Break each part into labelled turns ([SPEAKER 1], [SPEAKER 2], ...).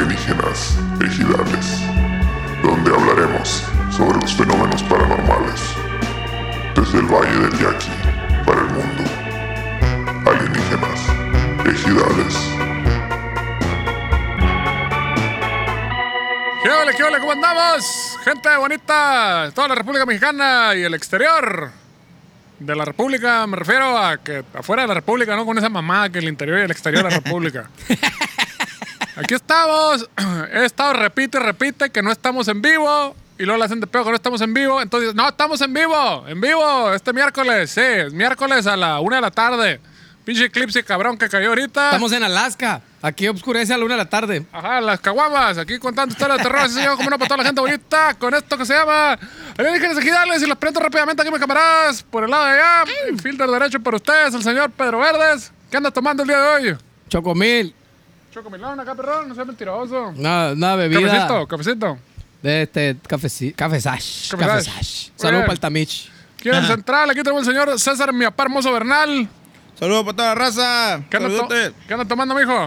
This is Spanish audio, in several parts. [SPEAKER 1] Leyendas Ejidales, donde hablaremos sobre los fenómenos paranormales desde el Valle del Yaqui para el mundo. Alienígenas, ejidales.
[SPEAKER 2] ¿Qué ole, qué ole, cómo andamos? Gente bonita de toda la República Mexicana y el exterior de la República, me refiero a que afuera de la República, no con esa mamada que el interior y el exterior de la República. Aquí estamos, he estado repite y repite que no estamos en vivo y luego la hacen de peor que no estamos en vivivo, entonces no estamos en vivo, en vivo este miércoles, sí, es miércoles a la una de la tarde. Pinche eclipse cabrón que cayó ahorita.
[SPEAKER 3] Estamos en Alaska. Aquí obscurece a la una de la tarde.
[SPEAKER 2] Ajá, las caguamas, aquí contando historias de terror, sí, señor, como no para toda la gente bonita, con esto que se llama Alienígenas Ejidales, y los presento rápidamente aquí mis camaradas, por el lado de allá, el filter derecho para ustedes, el señor Pedro Verdes, ¿qué anda tomando el día de hoy?
[SPEAKER 3] Chocomil.
[SPEAKER 2] Chocomilón acá, perrón, no seas mentiroso.
[SPEAKER 3] Nada, nada de bebida.
[SPEAKER 2] Cafecito, cafecito.
[SPEAKER 3] De este, cafeci, cafesash.
[SPEAKER 2] Cafesash.
[SPEAKER 3] Cafesash.
[SPEAKER 2] Muy
[SPEAKER 3] Salud
[SPEAKER 2] bien.
[SPEAKER 3] para el Tamich.
[SPEAKER 2] Aquí en el central, aquí tenemos el señor César Miapar Mozo Bernal,
[SPEAKER 4] Saludos para toda la raza.
[SPEAKER 2] ¿qué anda, to-
[SPEAKER 4] Saludotes.
[SPEAKER 2] ¿qué anda tomando, mijo?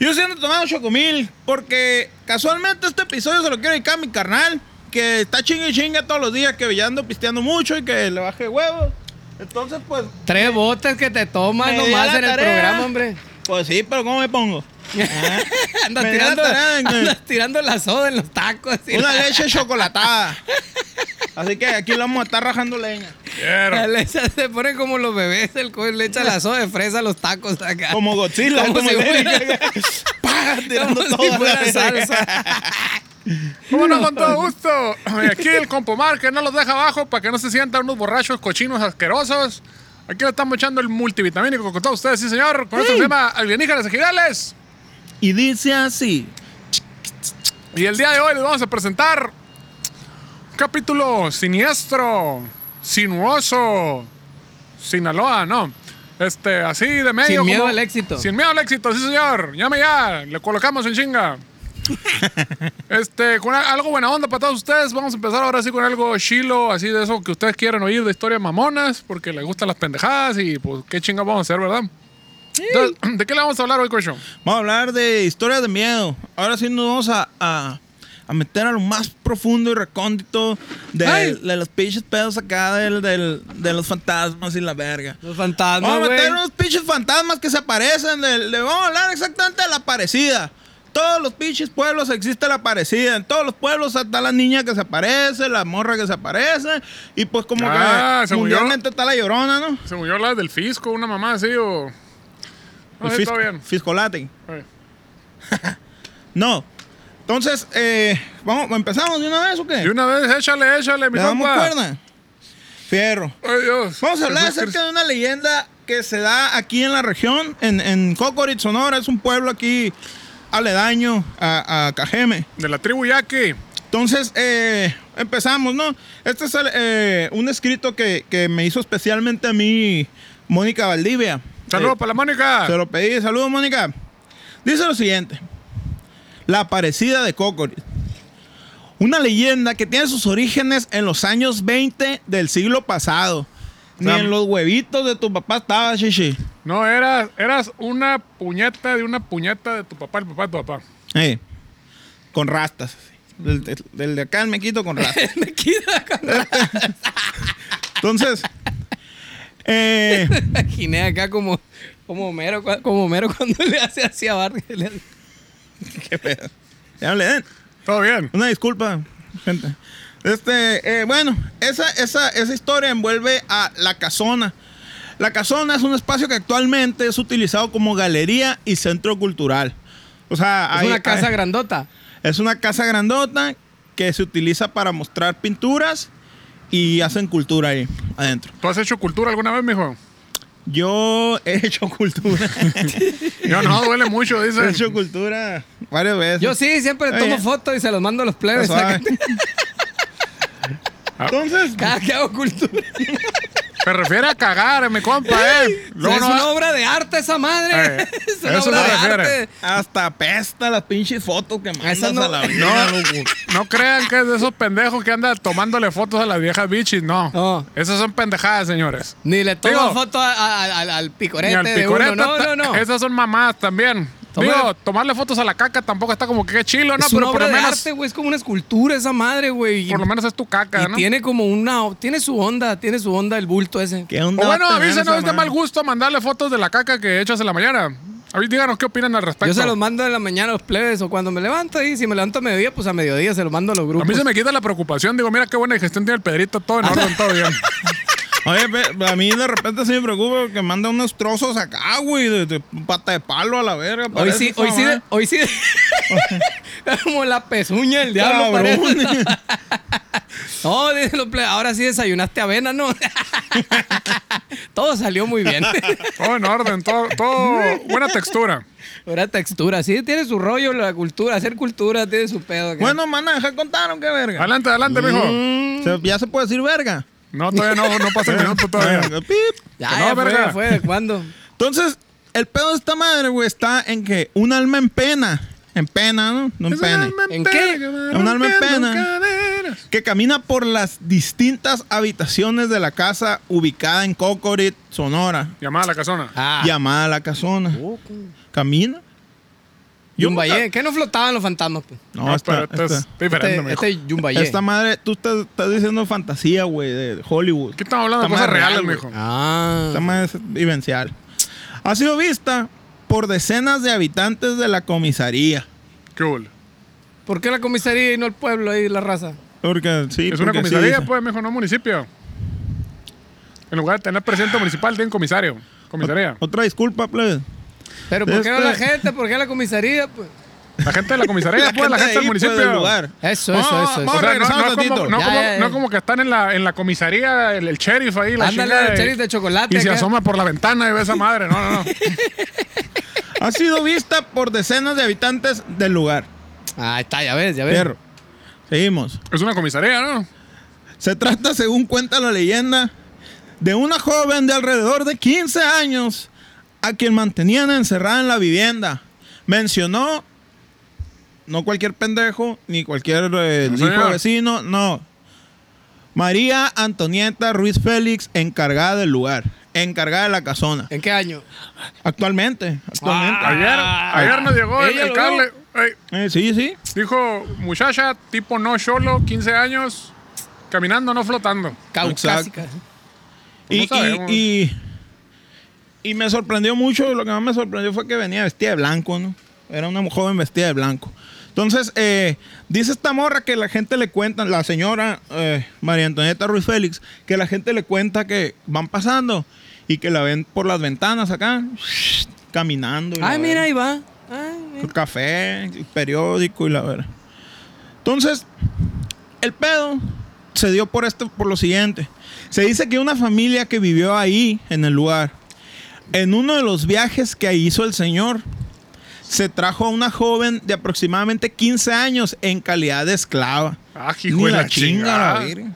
[SPEAKER 4] Yo sí ando tomando chocomil porque casualmente este episodio se lo quiero dedicar a mi carnal que está chingue y chinga todos los días que ya ando pisteando mucho y que le baje huevos. Entonces, pues,
[SPEAKER 3] Tres botes que te tomas
[SPEAKER 4] Me dio
[SPEAKER 3] nomás
[SPEAKER 4] la
[SPEAKER 3] en el
[SPEAKER 4] tarea.
[SPEAKER 3] programa, hombre.
[SPEAKER 4] pues sí, pero ¿cómo me pongo?
[SPEAKER 3] andas,
[SPEAKER 4] Me dio la
[SPEAKER 3] tirando,
[SPEAKER 4] tarea,
[SPEAKER 3] andas tirando la soda en los tacos. y
[SPEAKER 4] Una
[SPEAKER 3] la-
[SPEAKER 4] leche chocolatada. Así que aquí lo vamos a estar rajando leña.
[SPEAKER 3] la
[SPEAKER 2] Quiero.
[SPEAKER 3] leche se pone como los bebés, el co- le echa la soda de fresa a los tacos acá.
[SPEAKER 4] Como Godzilla,
[SPEAKER 3] Como
[SPEAKER 4] como
[SPEAKER 3] si
[SPEAKER 4] el
[SPEAKER 3] fuera-
[SPEAKER 4] Eric. Paga, tirando
[SPEAKER 3] Como si
[SPEAKER 4] todo a la
[SPEAKER 3] fuera
[SPEAKER 4] verga.
[SPEAKER 3] salsa.
[SPEAKER 2] ¿Cómo no, con todo gusto? Y aquí el compomar que no los deja abajo para que no se sientan unos borrachos cochinos asquerosos. Aquí le estamos echando el multivitamínico con todos ustedes, sí, señor. Con esto se llama Alienígenas Ejidales.
[SPEAKER 4] Y dice así.
[SPEAKER 2] Y el día de hoy les vamos a presentar un capítulo siniestro, sinuoso, Sinaloa, ¿no? Este, así de medio.
[SPEAKER 3] Sin miedo al éxito.
[SPEAKER 2] Sin miedo al éxito, sí, señor. Llame ya, le colocamos en chinga. este, con a- algo buena onda para todos ustedes. Vamos a empezar ahora sí con algo chilo, así de eso que ustedes quieren oír de historias mamonas, porque les gustan las pendejadas y pues qué chinga vamos a hacer, ¿verdad? Entonces, ¿de qué le vamos a hablar hoy, Cocho?
[SPEAKER 4] Vamos a hablar de historias de miedo. Ahora sí nos vamos a, a- a meter a lo más profundo y recóndito de,
[SPEAKER 2] Ay.
[SPEAKER 4] de los pinches pedos acá del, del- de los fantasmas y la verga.
[SPEAKER 3] Los
[SPEAKER 4] Vamos
[SPEAKER 3] fantasmas,
[SPEAKER 4] a
[SPEAKER 3] güey.
[SPEAKER 4] meter unos pinches fantasmas que se aparecen. Le, le vamos a hablar exactamente de la parecida. Todos los pinches pueblos existe la parecida. En todos los pueblos está la niña que se aparece, la morra que se aparece. Y pues como
[SPEAKER 2] Ah,
[SPEAKER 4] que
[SPEAKER 2] según yo.
[SPEAKER 4] mundialmente está la llorona, ¿no?
[SPEAKER 2] Se murió la del fisco, una mamá así o. No,
[SPEAKER 4] El
[SPEAKER 2] sí,
[SPEAKER 4] fisco-
[SPEAKER 2] todo bien.
[SPEAKER 4] Fiscolate.
[SPEAKER 2] Eh.
[SPEAKER 4] No. Entonces, eh, vamos, ¿empezamos de una vez o qué?
[SPEAKER 2] Y una vez, échale, échale, mi
[SPEAKER 4] ¿Le damos
[SPEAKER 2] compa.
[SPEAKER 4] cuerda? Fierro.
[SPEAKER 2] Ay, Dios.
[SPEAKER 4] Vamos a hablar
[SPEAKER 2] Jesús
[SPEAKER 4] acerca de una leyenda que se da aquí en la región, en, en Cocorit, Sonora. Es un pueblo aquí aledaño a, a Cajeme.
[SPEAKER 2] Cristo. De la tribu Yaqui.
[SPEAKER 4] Entonces, eh, empezamos, ¿no? Este es el, eh, un escrito que, que me hizo especialmente a mí Mónica Valdivia.
[SPEAKER 2] Saludos
[SPEAKER 4] Eh,
[SPEAKER 2] para la Mónica.
[SPEAKER 4] se lo pedí. Saludos, Mónica. Dice lo siguiente. La parecida de Cocorit. Una leyenda que tiene sus orígenes en los años 20 del siglo pasado. Ni
[SPEAKER 2] Sam.
[SPEAKER 4] en los huevitos de tu papá estaba, chichi.
[SPEAKER 2] No, eras, eras una puñeta de una puñeta de tu papá, el papá de tu papá.
[SPEAKER 4] Eh, con rastas. Del, del- del de acá el mequito con rastas.
[SPEAKER 3] Me quita con
[SPEAKER 4] Entonces, eh,
[SPEAKER 3] imaginé acá como, como Homero, cua- como Homero cuando le hace así a Bart. que le hace-
[SPEAKER 4] qué pedo. Ya no le den.
[SPEAKER 2] Todo bien.
[SPEAKER 4] Una disculpa, gente. Este, eh, bueno, esa, esa, esa historia envuelve a La Casona. La Casona es un espacio que actualmente es utilizado como galería y centro cultural. O sea,
[SPEAKER 3] Es
[SPEAKER 4] ahí-
[SPEAKER 3] una casa
[SPEAKER 4] ahí-
[SPEAKER 3] grandota.
[SPEAKER 4] es una casa grandota que se utiliza para mostrar pinturas y hacen cultura ahí adentro.
[SPEAKER 2] ¿Tú has hecho cultura alguna vez, mijo?
[SPEAKER 4] Yo he hecho cultura.
[SPEAKER 2] Yo no, duele mucho, dice.
[SPEAKER 4] he hecho cultura varias veces.
[SPEAKER 3] Yo sí, siempre
[SPEAKER 4] Está
[SPEAKER 3] tomo
[SPEAKER 4] bien.
[SPEAKER 3] fotos y se los mando a los
[SPEAKER 4] Está
[SPEAKER 3] plebes.
[SPEAKER 4] suave.
[SPEAKER 2] Ah.
[SPEAKER 4] Entonces,
[SPEAKER 3] Cada que hago cultura.
[SPEAKER 2] Se refiere a cagar, mi compa, eh.
[SPEAKER 3] No,
[SPEAKER 2] Luego
[SPEAKER 3] es
[SPEAKER 2] no-
[SPEAKER 3] una obra de arte esa madre.
[SPEAKER 2] Eh,
[SPEAKER 3] es
[SPEAKER 2] a
[SPEAKER 3] una
[SPEAKER 2] eso
[SPEAKER 3] obra
[SPEAKER 2] me
[SPEAKER 3] de
[SPEAKER 2] refiero.
[SPEAKER 3] arte.
[SPEAKER 4] Hasta apesta las pinches fotos que mandas
[SPEAKER 3] Esa no-
[SPEAKER 4] a la vida,
[SPEAKER 2] No,
[SPEAKER 4] loco.
[SPEAKER 2] no crean que es de esos pendejos que andan tomándole fotos a las viejas bichis, no.
[SPEAKER 3] No.
[SPEAKER 2] Esas son pendejadas, señores.
[SPEAKER 3] Ni le tomo
[SPEAKER 2] Digo,
[SPEAKER 3] foto a- a- a- al, al picorete
[SPEAKER 2] Ni al
[SPEAKER 3] de
[SPEAKER 2] picoreta,
[SPEAKER 3] uno. No, no, no.
[SPEAKER 2] Esas son mamás también.
[SPEAKER 3] Toma-
[SPEAKER 2] Digo, tomarle fotos a la caca tampoco está como que qué chilo, ¿no?
[SPEAKER 3] es una
[SPEAKER 2] Pero por lo
[SPEAKER 3] obra de
[SPEAKER 2] menos.
[SPEAKER 3] arte, güey. Es como una escultura esa madre, güey. Y-
[SPEAKER 2] Por lo menos es tu caca,
[SPEAKER 3] y
[SPEAKER 2] ¿no?
[SPEAKER 3] tiene como una. Tiene su onda, tiene su onda el bulto ese.
[SPEAKER 4] ¿Qué onda
[SPEAKER 2] O bueno,
[SPEAKER 4] va a tener
[SPEAKER 2] avísenos,
[SPEAKER 4] esa
[SPEAKER 2] es de
[SPEAKER 4] madre?
[SPEAKER 2] mal gusto mandarle fotos de la caca que echas en la mañana. A ver, díganos qué opinan al respecto.
[SPEAKER 3] Yo se los mando en la mañana a los plebes o cuando me levanto y si me levanto a mediodía, pues a mediodía se los mando a los
[SPEAKER 2] a
[SPEAKER 3] grupos.
[SPEAKER 2] mí se me quita la preocupación. Digo, mira qué buena digestión tiene el Pedrito, todo en orden, todo bien.
[SPEAKER 4] Oye, pe- a mí de repente se me preocupa que manda unos trozos acá, güey, de, de pata de palo a la verga.
[SPEAKER 3] Hoy
[SPEAKER 4] parece
[SPEAKER 3] sí,
[SPEAKER 4] esa
[SPEAKER 3] hoy sí,
[SPEAKER 4] madre.
[SPEAKER 3] hoy sí. como la pezuña del diablo,
[SPEAKER 4] Cabrón.
[SPEAKER 3] parece. No, dice los plebes, ahora sí desayunaste avena, ¿no? Todo salió muy bien.
[SPEAKER 2] Todo en orden, todo, todo buena textura.
[SPEAKER 3] Ahora textura, sí, tiene su rollo la cultura, hacer cultura tiene su pedo. acá.
[SPEAKER 4] Bueno, mana, deja contaron qué verga. Mm.
[SPEAKER 2] Adelante, adelante, mijo.
[SPEAKER 4] Se- ya se puede decir verga.
[SPEAKER 2] No, todavía no, no pasa el minuto todavía.
[SPEAKER 4] Verga, pip.
[SPEAKER 3] ya,
[SPEAKER 2] que no,
[SPEAKER 3] ya fue,
[SPEAKER 2] verga.
[SPEAKER 3] ya fue, ¿de cuándo?
[SPEAKER 4] Entonces, el pedo de esta madre, güey, está en que un alma en pena. En pena, ¿no? No en
[SPEAKER 2] Es un
[SPEAKER 4] pena.
[SPEAKER 2] alma
[SPEAKER 3] ¿En qué?
[SPEAKER 2] que va
[SPEAKER 4] Un alma en
[SPEAKER 2] rompiendo
[SPEAKER 4] pena.
[SPEAKER 2] cadenas.
[SPEAKER 4] que camina por las distintas habitaciones de la casa ubicada en Cocorit, Sonora,
[SPEAKER 2] Llamada a la casona.
[SPEAKER 3] Ah,
[SPEAKER 4] llamada La Casona. Camina.
[SPEAKER 3] Yumbayé.
[SPEAKER 4] nunca-
[SPEAKER 3] ¿Qué no flotaban los fantasmas? pues?
[SPEAKER 4] No,
[SPEAKER 2] No,
[SPEAKER 4] esta,
[SPEAKER 2] pero esto es
[SPEAKER 4] esta-
[SPEAKER 2] diferente,
[SPEAKER 3] Este,
[SPEAKER 2] mijo.
[SPEAKER 3] este Yumbayé.
[SPEAKER 4] esta madre, tú estás, estás diciendo fantasía, güey, de Hollywood.
[SPEAKER 2] Aquí estamos hablando de
[SPEAKER 4] Esta
[SPEAKER 2] cosas
[SPEAKER 4] madre
[SPEAKER 2] reales,
[SPEAKER 4] real,
[SPEAKER 2] mijo.
[SPEAKER 3] Ah.
[SPEAKER 4] Esta madre es vivencial. Ha sido vista por decenas de habitantes de la comisaría.
[SPEAKER 2] Qué hubo?
[SPEAKER 3] ¿Por qué la comisaría y no el pueblo ahí, la raza?
[SPEAKER 4] Porque sí,
[SPEAKER 2] Es una
[SPEAKER 4] porque sí
[SPEAKER 2] comisaría,
[SPEAKER 4] dice.
[SPEAKER 2] pues, mejor no municipio. En lugar de tener presidente municipal, tienen comisario. Comisaría.
[SPEAKER 4] Otra disculpa, plebe.
[SPEAKER 3] Pero ¿por qué no
[SPEAKER 4] Este-
[SPEAKER 3] la gente? ¿por qué la comisaría? Pues?
[SPEAKER 2] La gente de la comisaría, pues, la gente del
[SPEAKER 4] de ahí, pues,
[SPEAKER 2] municipio.
[SPEAKER 4] lugar.
[SPEAKER 3] Eso, eso,
[SPEAKER 4] Vamos,
[SPEAKER 3] eso,
[SPEAKER 4] Vamos
[SPEAKER 2] O sea, no,
[SPEAKER 4] a regresar
[SPEAKER 2] no
[SPEAKER 4] un
[SPEAKER 2] como,
[SPEAKER 4] ratito.
[SPEAKER 2] no
[SPEAKER 3] Ya,
[SPEAKER 2] como-
[SPEAKER 3] ya, ya.
[SPEAKER 2] no como que están en la, en la comisaría, el, el sheriff ahí, la
[SPEAKER 3] Ándale,
[SPEAKER 2] chingada,
[SPEAKER 3] el
[SPEAKER 2] y-
[SPEAKER 3] sheriff de chocolate
[SPEAKER 2] Y se
[SPEAKER 3] acá.
[SPEAKER 2] asoma por la ventana y ve esa madre. No, no, no.
[SPEAKER 4] Ha sido vista por decenas de habitantes del lugar.
[SPEAKER 3] Ah, está, ya ves, ya ves.
[SPEAKER 4] Perro. Seguimos.
[SPEAKER 2] Es una comisaría, ¿no?
[SPEAKER 4] Se trata, según cuenta la leyenda, de una joven de alrededor de 15 años a quien mantenían encerrada en la vivienda. Mencionó, no cualquier pendejo, ni cualquier eh,
[SPEAKER 2] No,
[SPEAKER 4] hijo de
[SPEAKER 2] señor.
[SPEAKER 4] vecino, no. María Antonieta Ruiz Félix, encargada del lugar, encargada de la casona.
[SPEAKER 3] ¿En qué año?
[SPEAKER 4] Actualmente, actualmente.
[SPEAKER 2] Ah. Ayer, ayer nos llegó el,
[SPEAKER 3] Ah. Ella
[SPEAKER 2] el
[SPEAKER 3] lo
[SPEAKER 2] cable. Ey,
[SPEAKER 4] Eh, sí, sí.
[SPEAKER 2] dijo, muchacha, tipo no solo, 15 años, caminando, no flotando.
[SPEAKER 3] Caucásica.
[SPEAKER 4] Y,
[SPEAKER 2] No sabemos.
[SPEAKER 4] y, y- y me sorprendió mucho, lo que más me sorprendió fue que venía vestida de blanco, ¿no? Era una joven vestida de blanco. Entonces, eh, dice esta morra que la gente le cuenta, la señora eh, María Antonieta Ruiz Félix, que la gente le cuenta que van pasando y que la ven por las ventanas acá, caminando. y la
[SPEAKER 3] Ay, mira,
[SPEAKER 4] verga.
[SPEAKER 3] ahí va. Ay, mira.
[SPEAKER 4] El café, el periódico y la verdad. Entonces, el pedo se dio por esto, por lo siguiente. Se dice que una familia que vivió ahí, en el lugar, en uno de los viajes que hizo el señor, se trajo a una joven de aproximadamente 15 años en calidad de esclava.
[SPEAKER 2] Ah, hijo
[SPEAKER 4] Ni
[SPEAKER 2] de la
[SPEAKER 4] la chinga, la
[SPEAKER 2] chingada.
[SPEAKER 4] verga.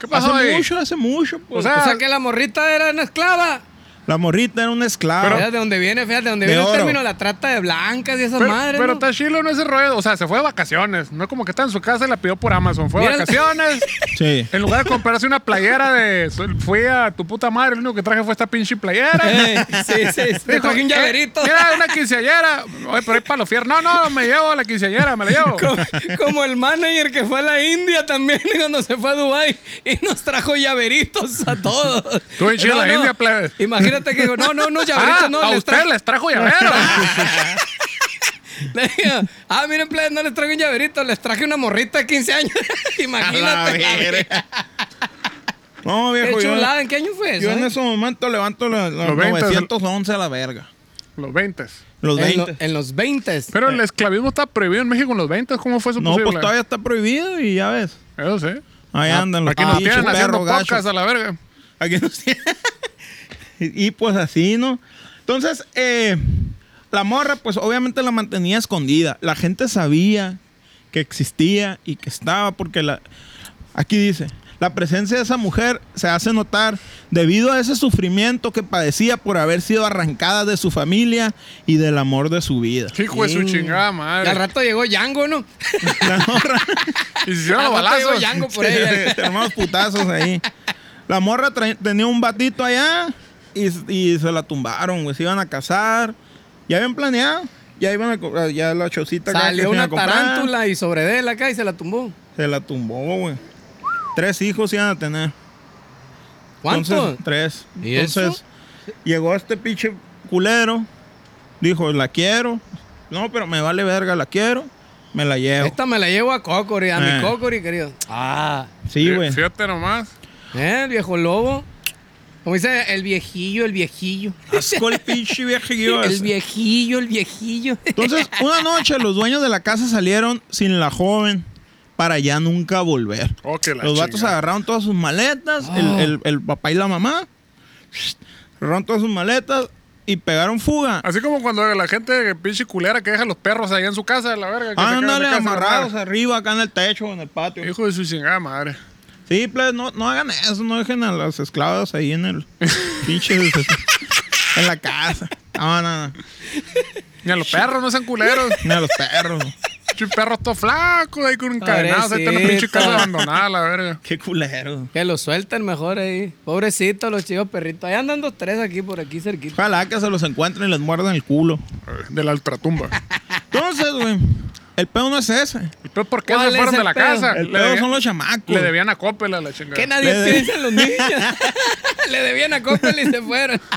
[SPEAKER 2] ¿Qué pasó
[SPEAKER 4] Hace
[SPEAKER 2] ahí?
[SPEAKER 4] mucho, hace mucho. pues.
[SPEAKER 2] O sea,
[SPEAKER 3] O sea que la morrita era una esclava.
[SPEAKER 4] la morrita era una esclava.
[SPEAKER 3] Fíjate de dónde viene, fíjate de dónde
[SPEAKER 4] De
[SPEAKER 3] viene
[SPEAKER 4] oro.
[SPEAKER 3] el término la trata de blancas y esas
[SPEAKER 2] Pero,
[SPEAKER 3] madres.
[SPEAKER 2] pero
[SPEAKER 3] ¿no?
[SPEAKER 2] está chilo no ese rollo. O sea, se fue de vacaciones. No como que está en su casa y la pidió por Amazon. Fue de
[SPEAKER 3] Mira-
[SPEAKER 2] vacaciones.
[SPEAKER 4] sí.
[SPEAKER 2] En lugar de comprarse una playera de. Fui a tu puta madre. Lo único que traje fue esta pinche playera.
[SPEAKER 3] Eh, sí, sí, sí. Te
[SPEAKER 2] Dijo,
[SPEAKER 3] traje un
[SPEAKER 2] "Eh,
[SPEAKER 3] llaverito.
[SPEAKER 2] Mira, una quinceañera. Oye, pero es para los fierros. No, no, me llevo la quinceañera, me la llevo.
[SPEAKER 3] Como, como el manager que fue a la India también cuando se fue a Dubai y nos trajo llaveritos a todos.
[SPEAKER 2] Tú en Chile, la India, plebe.
[SPEAKER 3] Imagínate que digo, no, no, no, llaveritos
[SPEAKER 2] Ah,
[SPEAKER 3] no.
[SPEAKER 2] a
[SPEAKER 3] les
[SPEAKER 2] ustedes
[SPEAKER 3] traje-
[SPEAKER 2] les trajo llavero.
[SPEAKER 3] Le digo, ah, miren, plebe, no les traje un llaverito, les traje una morrita de 15 años. Imagínate. la verga.
[SPEAKER 4] No,
[SPEAKER 3] Qué
[SPEAKER 4] viejo, yo-
[SPEAKER 3] chulada, ¿en qué año fue eso?
[SPEAKER 4] Yo en
[SPEAKER 3] eh?
[SPEAKER 4] ese momento levanto la, la
[SPEAKER 2] Los 20,
[SPEAKER 4] 911 a la verga.
[SPEAKER 2] los 20.
[SPEAKER 4] Los
[SPEAKER 3] En,
[SPEAKER 4] 20.
[SPEAKER 3] lo- en los 20.
[SPEAKER 2] Pero el esclavismo está prohibido en México en los 20. ¿Cómo fue eso
[SPEAKER 4] Eh. no,
[SPEAKER 2] posible?
[SPEAKER 4] pues todavía está prohibido y ya ves.
[SPEAKER 2] Eso sí.
[SPEAKER 4] Ahí andan los
[SPEAKER 2] Ah, Aquí nos
[SPEAKER 4] pinches
[SPEAKER 2] tienen haciendo
[SPEAKER 4] perros gachos.
[SPEAKER 2] podcast a la verga.
[SPEAKER 4] Aquí nos tienen. y, y pues así, ¿no? Entonces, eh, la morra, pues obviamente la mantenía escondida. La gente sabía que existía y que estaba porque la... Aquí dice, la presencia de esa mujer se hace notar debido a ese sufrimiento que padecía por haber sido arrancada de su familia y del amor de su vida.
[SPEAKER 2] Hijo de su chingada
[SPEAKER 3] Y al
[SPEAKER 2] madre.
[SPEAKER 3] rato llegó Django, ¿no?
[SPEAKER 4] La morra.
[SPEAKER 2] Y se hicieron
[SPEAKER 3] al
[SPEAKER 2] los
[SPEAKER 3] rato llegó
[SPEAKER 2] balazos.
[SPEAKER 3] Django por ella.
[SPEAKER 4] Te armamos putazos ahí. La morra tra- tenía un batito allá y, y se la tumbaron, güey. Se iban a casar. Ya habían planeado. Y ahí van a comprar, ya la chocita acá que
[SPEAKER 3] Salió
[SPEAKER 4] se iban
[SPEAKER 3] una
[SPEAKER 4] a comprar,
[SPEAKER 3] tarántula y sobre de él acá y se la tumbó.
[SPEAKER 4] Se la tumbó, güey. Tres hijos iban a tener.
[SPEAKER 3] ¿Cuánto?
[SPEAKER 4] Entonces, tres.
[SPEAKER 3] ¿Y
[SPEAKER 4] Entonces, llegó este pinche culero. Dijo, la quiero. No, pero me vale verga, la quiero. Me la llevo.
[SPEAKER 3] Esta me la llevo a Cocori, a
[SPEAKER 4] Eh.
[SPEAKER 3] mi Cocori, querido. Ah.
[SPEAKER 4] Sí, güey.
[SPEAKER 2] Fíjate nomás.
[SPEAKER 3] ¿Eh? El viejo lobo. Como dice el viejillo, el viejillo.
[SPEAKER 4] Asco el pinche viejillo
[SPEAKER 3] El
[SPEAKER 4] ese.
[SPEAKER 3] viejillo, el viejillo.
[SPEAKER 4] Entonces, una noche los dueños de la casa salieron sin la joven para ya nunca volver.
[SPEAKER 2] Oh, que la
[SPEAKER 4] los vatos
[SPEAKER 2] chingada.
[SPEAKER 4] agarraron todas sus maletas, el, el- el papá y la mamá. Agarraron todas sus maletas y pegaron fuga.
[SPEAKER 2] Así como cuando la gente pinche culera que deja los perros allá en su casa, la verga. que se quedan en la
[SPEAKER 4] Ándale,
[SPEAKER 2] casa,
[SPEAKER 4] amarrados eh.
[SPEAKER 2] madre.
[SPEAKER 4] arriba, acá en el techo, en el patio.
[SPEAKER 2] Hijo de su chingada madre.
[SPEAKER 4] Sí, plebes, no, no hagan eso, no dejen a las esclavas ahí en el pinche en la casa. No, no, no.
[SPEAKER 2] Ni a los perros no sean culeros.
[SPEAKER 4] Ni a los perros.
[SPEAKER 2] Pinche perros todo flacos ahí con encadenados. Ahí está en la pinche
[SPEAKER 3] Pobrecito.
[SPEAKER 2] casa abandonada, la verga.
[SPEAKER 4] Qué culero.
[SPEAKER 3] Que lo suelten mejor ahí. Pobrecito, los chicos perritos. Ahí andan dos, tres aquí, por aquí, cerquita.
[SPEAKER 4] Ojalá que se los encuentren y les muerdan el culo.
[SPEAKER 2] De la ultratumba.
[SPEAKER 4] Entonces, güey, el pedo no es ese.
[SPEAKER 2] Entonces, ¿por qué se
[SPEAKER 3] ¿Cuál es
[SPEAKER 2] fueron
[SPEAKER 3] el
[SPEAKER 2] de la
[SPEAKER 3] pedo?
[SPEAKER 2] casa?
[SPEAKER 4] El
[SPEAKER 2] Ah, le,
[SPEAKER 4] pedo
[SPEAKER 2] debían,
[SPEAKER 4] son los chamacos.
[SPEAKER 2] le debían a Coppel a la chingada.
[SPEAKER 3] Que nadie
[SPEAKER 4] Le de-
[SPEAKER 3] piensa en los niños. le debían a Coppel y se fueron.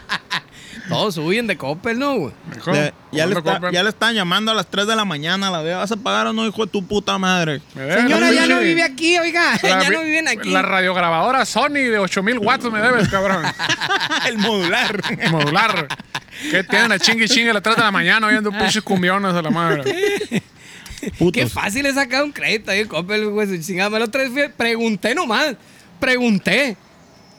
[SPEAKER 3] Todos huyen de Coppel, ¿no, güey?
[SPEAKER 2] Hijo,
[SPEAKER 4] Le- ya, le
[SPEAKER 2] ¿cuándo
[SPEAKER 4] está-
[SPEAKER 2] Coppel?
[SPEAKER 4] ya le están llamando a las 3 de la mañana a la vez. ¿Vas a pagar o no, hijo de tu puta madre?
[SPEAKER 2] Me debe
[SPEAKER 3] Señora,
[SPEAKER 2] la
[SPEAKER 3] ya no
[SPEAKER 2] pinche-
[SPEAKER 3] vive aquí, oiga.
[SPEAKER 2] la
[SPEAKER 3] ya
[SPEAKER 2] vi-
[SPEAKER 3] no viven aquí.
[SPEAKER 2] La radiograbadora Sony de 8000 watts me debes, cabrón.
[SPEAKER 4] el modular.
[SPEAKER 2] Modular. ¿Qué tienen a chingue chingue a las 3 de la mañana oyendo pinches cumbiones de la madre?
[SPEAKER 3] Qué
[SPEAKER 4] Putos.
[SPEAKER 3] fácil es sacar un crédito ahí, Coppel, güey. su chingada. Me lo traes, fui- pregunté nomás. Pregunté.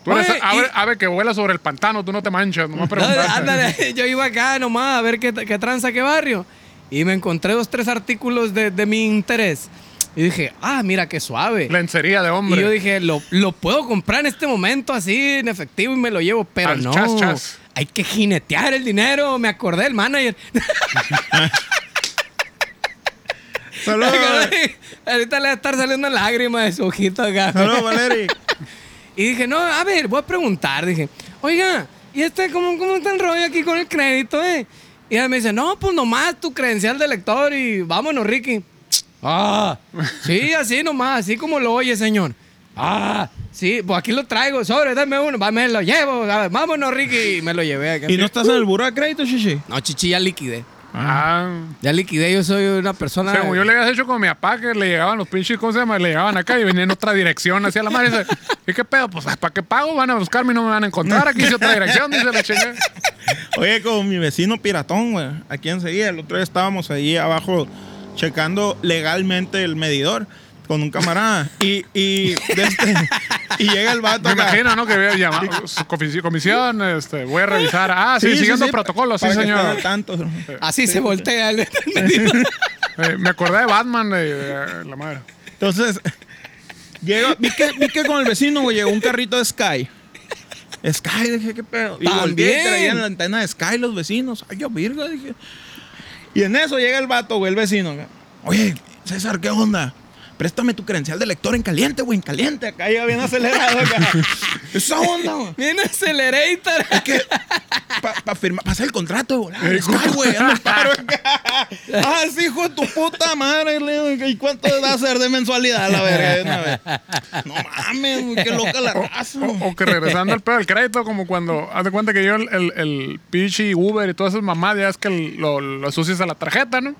[SPEAKER 2] Tú eres
[SPEAKER 3] Oye, y-
[SPEAKER 2] ave, ave que vuela sobre el pantano, tú no te manchas, nomás preguntaste.
[SPEAKER 3] No, ándale, yo iba acá nomás a ver qué, qué tranza, qué barrio. Y me encontré dos, tres artículos de, de mi interés. Y dije, ah, mira qué suave.
[SPEAKER 2] Lencería de hombre.
[SPEAKER 3] Y yo dije, lo, lo puedo comprar en este momento así, en efectivo, y me lo llevo. Pero
[SPEAKER 2] Al
[SPEAKER 3] no,
[SPEAKER 2] chas, chas.
[SPEAKER 3] hay que jinetear el dinero. Me acordé del manager.
[SPEAKER 4] Saludos.
[SPEAKER 3] Ahorita le va a estar saliendo lágrimas de su ojito acá.
[SPEAKER 4] Saludos, Valeri.
[SPEAKER 3] Y dije, no, a ver, voy a preguntar. Dije, oiga, ¿y este cómo, cómo está el rollo aquí con el crédito, eh? Y ella me dice, no, pues nomás tu credencial de lector y vámonos, Ricky. Ah, sí, así nomás, así como lo oye, señor. Ah, sí, pues aquí lo traigo, sobre, dame uno, va, me lo llevo, a ver, vámonos, Ricky. Y me lo llevé acá.
[SPEAKER 4] ¿Y no estás en el buró de crédito, Shishi?
[SPEAKER 3] No, chichi, ya liquidé.
[SPEAKER 2] Ah.
[SPEAKER 3] Ya liquidé, yo soy una persona.
[SPEAKER 2] Según yo le habías hecho con mi papá que le llegaban los pinches, ¿cómo se llama? Le llegaban acá y venían en otra dirección hacia la madre. Dice, ¿y qué pedo? Pues, ¿para qué pago? Van a buscarme y no me van a encontrar. Aquí hice otra dirección, dice la chingada.
[SPEAKER 4] Oye, como mi vecino piratón, güey. Aquí enseguida, el otro día estábamos ahí abajo checando legalmente el medidor con un camarada. Y, y, de este- y llega el vato
[SPEAKER 2] Me
[SPEAKER 4] acá.
[SPEAKER 2] imagino, ¿no? Que había llamado su comis- comisión, este, voy a revisar. Ah, sí, siguiendo protocolos, sí,
[SPEAKER 4] para que estén
[SPEAKER 2] señor.
[SPEAKER 4] al tanto.
[SPEAKER 3] Así se voltea el
[SPEAKER 2] Eh, me acordé de Batman, eh, eh, la madre.
[SPEAKER 4] Entonces, llega, vi, que, vi que con el vecino, güey, llegó un carrito de Sky. Sky, dije, qué pedo. Y volteé
[SPEAKER 3] También.
[SPEAKER 4] y traían la antena de Sky los vecinos. Ay, yo, virga, dije. Y en eso llega el vato, güey, el vecino. güey. Oye, César, ¿qué onda? Préstame tu credencial de lector en caliente, güey, en caliente. Acá llega bien acelerado, acá. Esa onda, güey.
[SPEAKER 3] Bien accelerator.
[SPEAKER 4] Que para firmar, pasar el contrato de volar. Sky, güey, ando en paro acá. Ah, sí, hijo de tu puta madre, le digo, ¿Y cuánto va a ser de mensualidad la verga? de una vez? No mames, güey, qué loca la raza.
[SPEAKER 2] O, o que regresando al pedo del crédito, como cuando, haz de cuenta que yo el, el, el pinche Uber y todas esas mamadas, ya es que el- lo, lo asocias a la tarjeta, ¿no?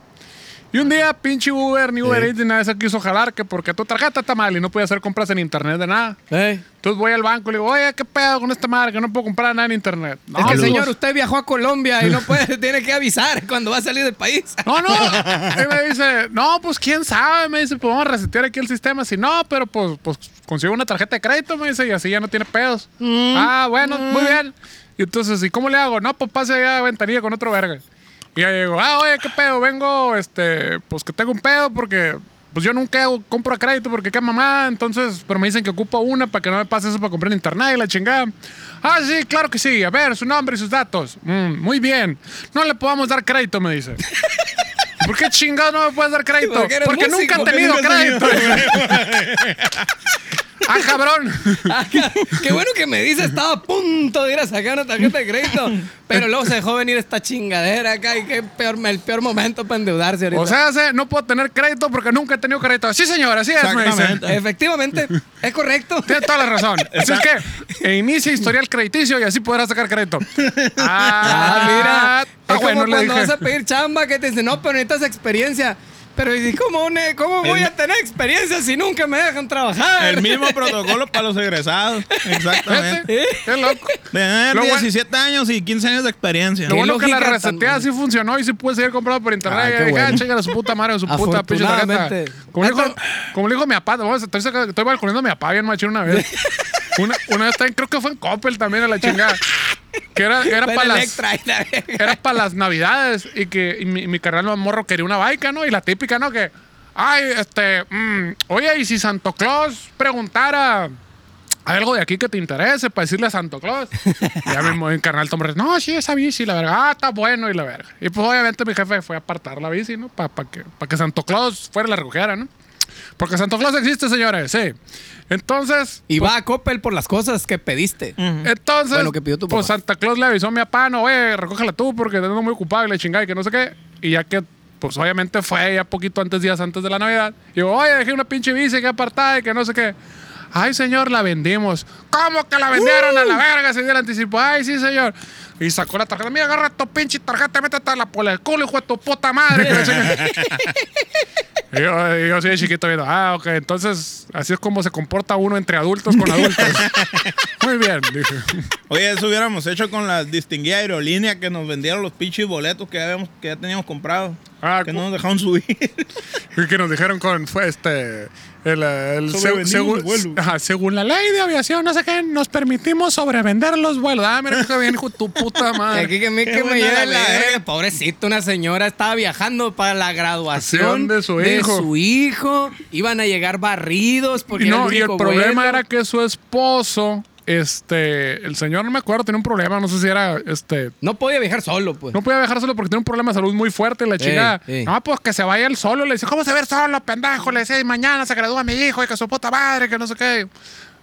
[SPEAKER 2] Y un día, pinche Uber, ni Uber Eats, ni nada de eso quiso jalar, que porque tu tarjeta está mal y no podía hacer compras en internet de nada.
[SPEAKER 3] Ey.
[SPEAKER 2] Entonces voy al banco y le digo, oye, ¿qué pedo con esta madre? Que no puedo comprar nada en internet. No,
[SPEAKER 3] Es que,
[SPEAKER 2] pues,
[SPEAKER 3] señor, usted viajó a Colombia y no puede, tiene que avisar cuando va a salir del país.
[SPEAKER 2] No, no. Y me dice, no, pues quién sabe. Me dice, pues vamos a resetear aquí el sistema. Si no, pero pues, pues consigo una tarjeta de crédito, me dice, y así ya no tiene pedos. Ah, bueno, muy bien. Y entonces, ¿y cómo le hago? No, pues pase allá a ventanilla con otro verga. Y ya digo, ah, oye, qué pedo, vengo, este, pues que tengo un pedo porque. Pues yo nunca hago- compro a crédito porque qué mamá, entonces, pero me dicen que ocupo una para que no me pase eso para comprar en internet y la chingada. Ah, sí, claro que sí. A ver, su nombre y sus datos. Mm, muy bien. No le podamos dar crédito, me dice. ¿Por qué chingado no me puedes dar crédito?
[SPEAKER 3] Porque eres
[SPEAKER 2] Porque nunca
[SPEAKER 3] músico,
[SPEAKER 2] han
[SPEAKER 3] porque
[SPEAKER 2] tenido
[SPEAKER 4] nunca han
[SPEAKER 2] crédito.
[SPEAKER 4] tenido.
[SPEAKER 2] ¡Ah, cabrón!
[SPEAKER 3] Ah, qué, qué bueno que me dice, estaba a punto de ir a sacar una tarjeta de crédito. Pero luego se dejó venir esta chingadera acá y qué peor, el peor momento para endeudarse ahorita.
[SPEAKER 2] O sea, se- no puedo tener crédito porque nunca he tenido crédito. Sí, señora, así es, me dicen.
[SPEAKER 4] Exactamente.
[SPEAKER 3] efectivamente, es correcto.
[SPEAKER 2] Tiene toda la razón. Así es que e inicia historial crediticio y así podrás sacar crédito.
[SPEAKER 3] Ah, mira.
[SPEAKER 2] Ah, mira.
[SPEAKER 3] es como
[SPEAKER 2] bueno, le
[SPEAKER 3] cuando
[SPEAKER 2] dije.
[SPEAKER 3] vas a pedir chamba que te dicen, no, pero necesitas experiencia. Pero ¿y ¿cómo, ne- ¿cómo voy a tener experiencia si nunca me dejan trabajar?
[SPEAKER 4] El mismo protocolo para los egresados. Exactamente.
[SPEAKER 3] ¿Eh?
[SPEAKER 2] Vete, Qué loco.
[SPEAKER 4] Tener
[SPEAKER 2] Lo bueno-
[SPEAKER 4] 17 años y 15 años de experiencia.
[SPEAKER 2] Lo
[SPEAKER 3] Qué
[SPEAKER 2] bueno que la
[SPEAKER 3] lógica tan-
[SPEAKER 2] resetea sí funcionó y sí pude seguir comprando por internet.
[SPEAKER 3] Ah,
[SPEAKER 2] y
[SPEAKER 3] qué
[SPEAKER 2] dije, ah,
[SPEAKER 3] bueno.
[SPEAKER 2] chingan a su puta madre, a su puta pinche tarjeta.
[SPEAKER 3] Afortunadamente.
[SPEAKER 2] Como le dijo,
[SPEAKER 3] Hasta-
[SPEAKER 2] como le dijo mi papá, vamos, estoy, saca- estoy balconeando a mi papá bien machín una vez. Una, una vez también, creo que fue en Coppel también a la chingada. Que era, era
[SPEAKER 3] Fue en
[SPEAKER 2] para las.
[SPEAKER 3] Electra, y la verga.
[SPEAKER 2] era para las navidades y que y mi, mi carnal más morro quería una baica, ¿no? Y la típica, ¿no? Que, ay, este, mm, oye, y si Santo Claus preguntara ¿hay algo de aquí que te interese para decirle a Santo Claus. Y ya mismo mi carnal tomó, no, sí, esa bici, la verga, ah, está bueno y la verga. Y pues obviamente mi jefe fue a apartar la bici, ¿no? Para que, pa que Santo Claus fuera y la recogiera, ¿no? Porque Santo Claus existe, señores, sí. Entonces,
[SPEAKER 3] Y va a Coppel por las cosas que pediste.
[SPEAKER 2] entonces,
[SPEAKER 3] Bueno, que pidió tu
[SPEAKER 2] pues
[SPEAKER 3] papá.
[SPEAKER 2] Santa Claus le avisó a mi papá, no, güey, recógela tú porque te ando muy ocupado y la chingada y que no sé qué. Y ya que, pues obviamente fue ya poquito antes, días antes de la Navidad. Y yo, oye, dejé una pinche bici que apartada y que no sé qué. Ay, señor, la vendimos. ¿Cómo que la vendieron
[SPEAKER 3] ¡Uh!
[SPEAKER 2] a la verga? Se dio el anticipo. Ay, sí, señor. Y sacó la tarjeta. Mira, agarra tu pinche tarjeta, métete a la por el culo, hijo de tu puta madre. que no sé qué. Y yo, y yo así de chiquito viendo, ah, ok, entonces así es como se comporta uno entre adultos con adultos. Muy bien, dije.
[SPEAKER 4] Oye, eso hubiéramos hecho con la distinguida aerolínea que nos vendieron los pinches boletos que ya, habíamos, que ya teníamos comprados.
[SPEAKER 2] Ah,
[SPEAKER 4] que
[SPEAKER 2] cu-
[SPEAKER 4] no nos dejaron subir.
[SPEAKER 2] Y que nos dijeron con, fue este, el, eh, el
[SPEAKER 4] Sobrevendimos
[SPEAKER 2] según-
[SPEAKER 4] el vuelo.
[SPEAKER 2] ajá, según la ley de aviación, no sé qué, nos permitimos sobrevender los vuelos. Ah, mira qué bien, hijo de tu puta madre.
[SPEAKER 3] Aquí que me,
[SPEAKER 4] Qué
[SPEAKER 3] que me
[SPEAKER 4] buena
[SPEAKER 3] lleve
[SPEAKER 4] la
[SPEAKER 3] la
[SPEAKER 4] verga.
[SPEAKER 3] verga. Pobrecito, una señora estaba viajando para la graduación
[SPEAKER 2] de su hijo.
[SPEAKER 3] su hijo. Iban a llegar barridos porque
[SPEAKER 2] Y
[SPEAKER 3] era
[SPEAKER 2] no, y el
[SPEAKER 3] único
[SPEAKER 2] problema
[SPEAKER 3] vuelo.
[SPEAKER 2] era que su esposo, este, el señor, no me acuerdo, tenía un problema, no sé si era, este,
[SPEAKER 3] No podía viajar solo, pues.
[SPEAKER 2] no podía dejárselo porque tiene un problema de salud muy fuerte. y La chica,
[SPEAKER 3] ey.
[SPEAKER 2] no, pues que se vaya él solo. Le dice, ¿cómo se va a ir solo, pendejo? Le dice, "Y mañana se gradúa mi hijo y que su puta madre, que no sé qué.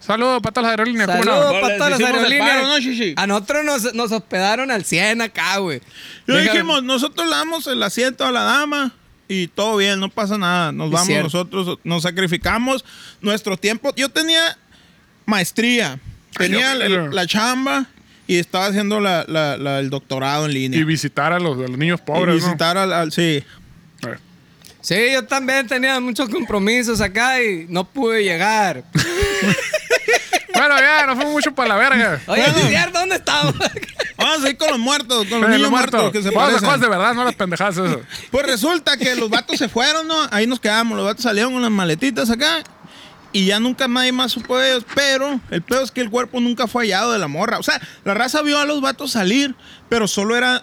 [SPEAKER 2] Saludos para todas las aerolíneas. ¿cómo no?
[SPEAKER 3] Saludos
[SPEAKER 4] No,
[SPEAKER 3] para
[SPEAKER 4] les
[SPEAKER 3] todas las
[SPEAKER 4] hicimos el
[SPEAKER 3] aerolíneas.
[SPEAKER 4] paro, ¿no, Shishi?
[SPEAKER 3] a nosotros nos, nos hospedaron al 100 acá, güey.
[SPEAKER 4] Yo
[SPEAKER 3] Deja-
[SPEAKER 4] dijimos, nosotros le damos el asiento a la dama y todo bien, no pasa nada. Nos
[SPEAKER 3] Es
[SPEAKER 4] vamos
[SPEAKER 3] cierto.
[SPEAKER 4] nosotros, nos sacrificamos nuestro tiempo. Yo tenía maestría, tenía
[SPEAKER 2] Ay,
[SPEAKER 4] la,
[SPEAKER 2] yo-
[SPEAKER 4] la chamba y estaba haciendo la- la- la- el doctorado en línea.
[SPEAKER 2] Y visitar a los, a los niños pobres.
[SPEAKER 4] Y
[SPEAKER 2] ¿no?
[SPEAKER 4] visitar al, al- Sí.
[SPEAKER 2] Eh.
[SPEAKER 3] Sí, yo también tenía muchos compromisos acá y no pude llegar.
[SPEAKER 2] Bueno, ya, nos fuimos mucho para la verga.
[SPEAKER 3] Oye,
[SPEAKER 4] Bueno.
[SPEAKER 3] Lidiar, ¿dónde estamos?
[SPEAKER 4] Vamos a ir con los muertos, con los
[SPEAKER 2] Eh,
[SPEAKER 4] niños
[SPEAKER 2] lo muerto.
[SPEAKER 4] muertos que se
[SPEAKER 2] Vamos a hacer
[SPEAKER 4] parecen.
[SPEAKER 2] cosas de verdad, no las pendejadas esas.
[SPEAKER 4] Pues resulta que los vatos se fueron, ¿no? Ahí nos quedamos. Los vatos salieron con las maletitas acá. Y ya nunca nadie más supo de ellos. Pero el pedo es que el cuerpo nunca fue hallado de la morra. O sea, la raza vio a los vatos salir, pero solo era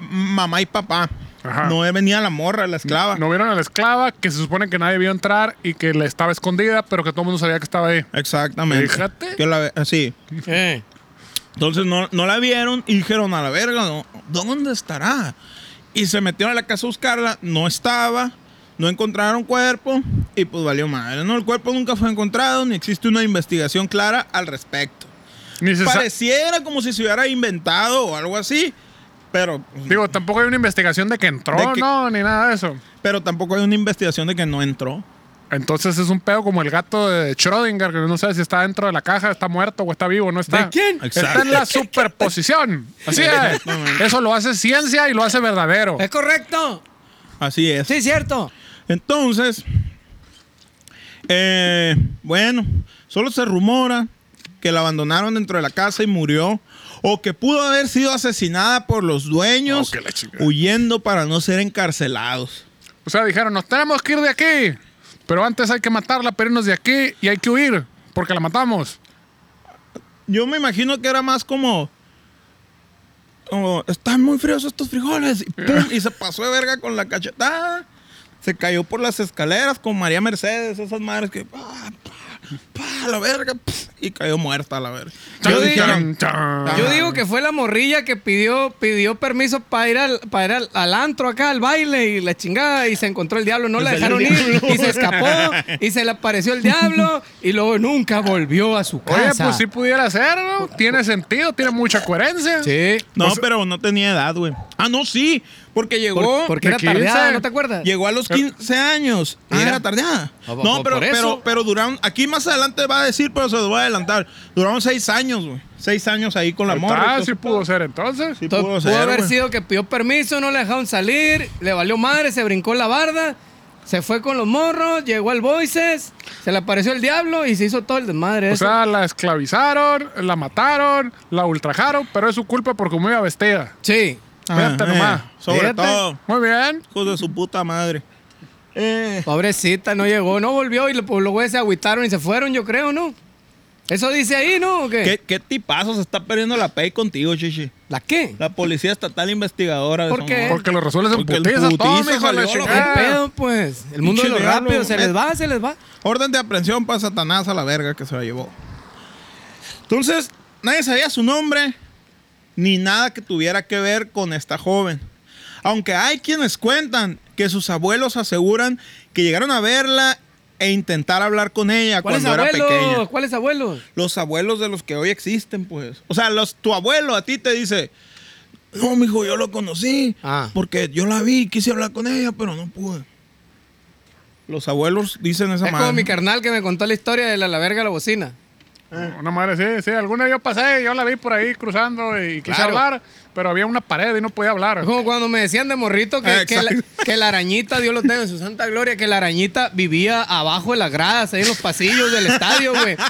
[SPEAKER 4] mamá y papá.
[SPEAKER 2] Ajá.
[SPEAKER 4] No venía la morra, la esclava.
[SPEAKER 2] No vieron a la esclava que se supone que nadie vio entrar y que la estaba escondida, pero que todo el mundo sabía que estaba ahí.
[SPEAKER 4] Exactamente.
[SPEAKER 2] Fíjate.
[SPEAKER 4] Que la, ah, así.
[SPEAKER 3] Eh.
[SPEAKER 4] Entonces no, no la vieron y dijeron a la verga, ¿no? ¿dónde estará? Y se metieron a la casa a buscarla, no estaba, no encontraron cuerpo y pues valió madre, ¿no? El cuerpo nunca fue encontrado ni existe una investigación clara al respecto.
[SPEAKER 2] Ni se sa-
[SPEAKER 4] Pareciera como si se hubiera inventado o algo así, pero,
[SPEAKER 2] Digo, tampoco hay una investigación de que entró,
[SPEAKER 4] De que-
[SPEAKER 2] no, ni nada de eso.
[SPEAKER 4] pero tampoco hay una investigación de que no entró.
[SPEAKER 2] Entonces es un pedo como el gato de Schrödinger, que no sabe si está dentro de la caja, está muerto o está vivo, no está.
[SPEAKER 3] ¿De quién?
[SPEAKER 2] Está en la superposición. Así es.
[SPEAKER 4] Exactamente.
[SPEAKER 2] Eso lo hace ciencia y lo hace verdadero.
[SPEAKER 3] ¿Es correcto?
[SPEAKER 4] Así es.
[SPEAKER 3] Sí, cierto.
[SPEAKER 4] Entonces, eh, bueno, solo se rumora que la abandonaron dentro de la casa y murió, o que pudo haber sido asesinada por los dueños
[SPEAKER 2] Oh, que la chingada.
[SPEAKER 4] huyendo para no ser encarcelados.
[SPEAKER 2] O sea, dijeron, nos tenemos que ir de aquí. Pero antes hay que matarla, pero irnos de aquí y hay que huir, porque la matamos.
[SPEAKER 4] Yo me imagino que era más como, como, están muy fríos estos frijoles, y, pum, y se pasó de verga con la cachetada. Se cayó por las escaleras con María Mercedes, esas madres que... "Ah, pa, pa, pa, la verga. pf, y cayó muerta a la verga.
[SPEAKER 3] Yo
[SPEAKER 4] Yo
[SPEAKER 3] digo-
[SPEAKER 4] dijeron,
[SPEAKER 3] Yo digo que fue la morrilla que pidió, pidió permiso para ir, al, para ir al, al antro acá, al baile y la chingada, y se encontró el diablo, no la dejaron ir, y se escapó, y se le apareció el diablo, y luego nunca volvió a su
[SPEAKER 2] Oye,
[SPEAKER 3] casa.
[SPEAKER 2] pues sí pudiera hacerlo. Tiene sentido, tiene mucha coherencia.
[SPEAKER 3] Sí. Pues,
[SPEAKER 4] no, pero no tenía edad, güey. Ah, no, sí, porque llegó.
[SPEAKER 3] Por- porque
[SPEAKER 2] de
[SPEAKER 3] era tardeada,
[SPEAKER 2] 15.
[SPEAKER 3] ¿no te acuerdas?
[SPEAKER 4] Llegó a los 15 años. Ah,
[SPEAKER 3] Mira.
[SPEAKER 4] era tardeada.
[SPEAKER 3] Ah, po-
[SPEAKER 4] No,
[SPEAKER 3] po-
[SPEAKER 4] pero,
[SPEAKER 3] por eso.
[SPEAKER 4] pero, pero duraron. Aquí más adelante va a decir, pero se lo voy a adelantar. Duraron seis años, güey. Seis años ahí con la morra.
[SPEAKER 2] Ah,
[SPEAKER 4] y
[SPEAKER 2] sí
[SPEAKER 4] todo.
[SPEAKER 2] pudo ser entonces.
[SPEAKER 4] Sí
[SPEAKER 3] Entonces,
[SPEAKER 4] pudo
[SPEAKER 3] pudo
[SPEAKER 4] ser,
[SPEAKER 3] haber
[SPEAKER 4] güey.
[SPEAKER 3] sido que pidió permiso, no le dejaron salir, le valió madre, se brincó la barda, se fue con los morros, llegó al Voices, se le apareció el diablo y se hizo todo el desmadre.
[SPEAKER 2] O
[SPEAKER 3] eso.
[SPEAKER 2] sea, la esclavizaron, la mataron, la ultrajaron, pero es su culpa por cómo iba vestida.
[SPEAKER 3] sí.
[SPEAKER 2] Fíjate nomás.
[SPEAKER 4] Ah, eh, Sobre
[SPEAKER 3] Fíjate.
[SPEAKER 4] todo,
[SPEAKER 2] Muy bien.
[SPEAKER 4] hijos de su puta madre. Eh,
[SPEAKER 3] Pobrecita, no llegó, no volvió y lo- pues, los güeyes se agüitaron y se fueron, yo creo, ¿no? Eso dice ahí, ¿no? ¿O qué?
[SPEAKER 4] ¿qué, ¿Qué tipazo se está perdiendo la pay contigo, chichi?
[SPEAKER 3] ¿La qué?
[SPEAKER 4] La policía estatal investigadora. de
[SPEAKER 3] ¿Por
[SPEAKER 4] Sonora.
[SPEAKER 3] qué?
[SPEAKER 2] Porque lo resuelves en
[SPEAKER 4] Eh, Porque el
[SPEAKER 2] putiza, todo,
[SPEAKER 4] putiza
[SPEAKER 2] mijo,
[SPEAKER 4] salió
[SPEAKER 2] la
[SPEAKER 4] la
[SPEAKER 2] chingada.
[SPEAKER 4] verga.
[SPEAKER 3] El pedo, pues. El mundo de
[SPEAKER 4] Ah. Pinche
[SPEAKER 3] los
[SPEAKER 4] diablo.
[SPEAKER 3] rápidos, se les va, se les va.
[SPEAKER 4] Orden de aprehensión para Satanás a la verga que se la llevó. Entonces, nadie sabía su nombre ni nada que tuviera que ver con esta joven. Aunque hay quienes cuentan que sus abuelos aseguran que llegaron a verla e intentar hablar con ella
[SPEAKER 3] ¿Cuáles
[SPEAKER 4] cuando era pequeña.
[SPEAKER 3] abuelos? ¿Cuáles abuelos?
[SPEAKER 4] Los abuelos de los que hoy existen, pues. O sea, los, tu abuelo a ti te dice, no, mijo, yo lo conocí
[SPEAKER 3] Ah.
[SPEAKER 4] porque yo la vi, quise hablar con ella, pero no pude. Los abuelos dicen esa
[SPEAKER 3] Es como
[SPEAKER 4] madre.
[SPEAKER 3] mi carnal que me contó la historia de la, la verga de la bocina.
[SPEAKER 2] Una madre, sí, sí. Alguna yo pasé, yo la vi por ahí cruzando y quise
[SPEAKER 3] Claro.
[SPEAKER 2] hablar, pero había una pared y no podía hablar.
[SPEAKER 3] Es como cuando me decían de morrito que,
[SPEAKER 4] Ah,
[SPEAKER 3] que la,
[SPEAKER 4] exacto.
[SPEAKER 3] que la arañita, Dios lo tenga en su santa gloria, que la arañita vivía abajo de las gradas, ahí en los pasillos del estadio, güey. Luego,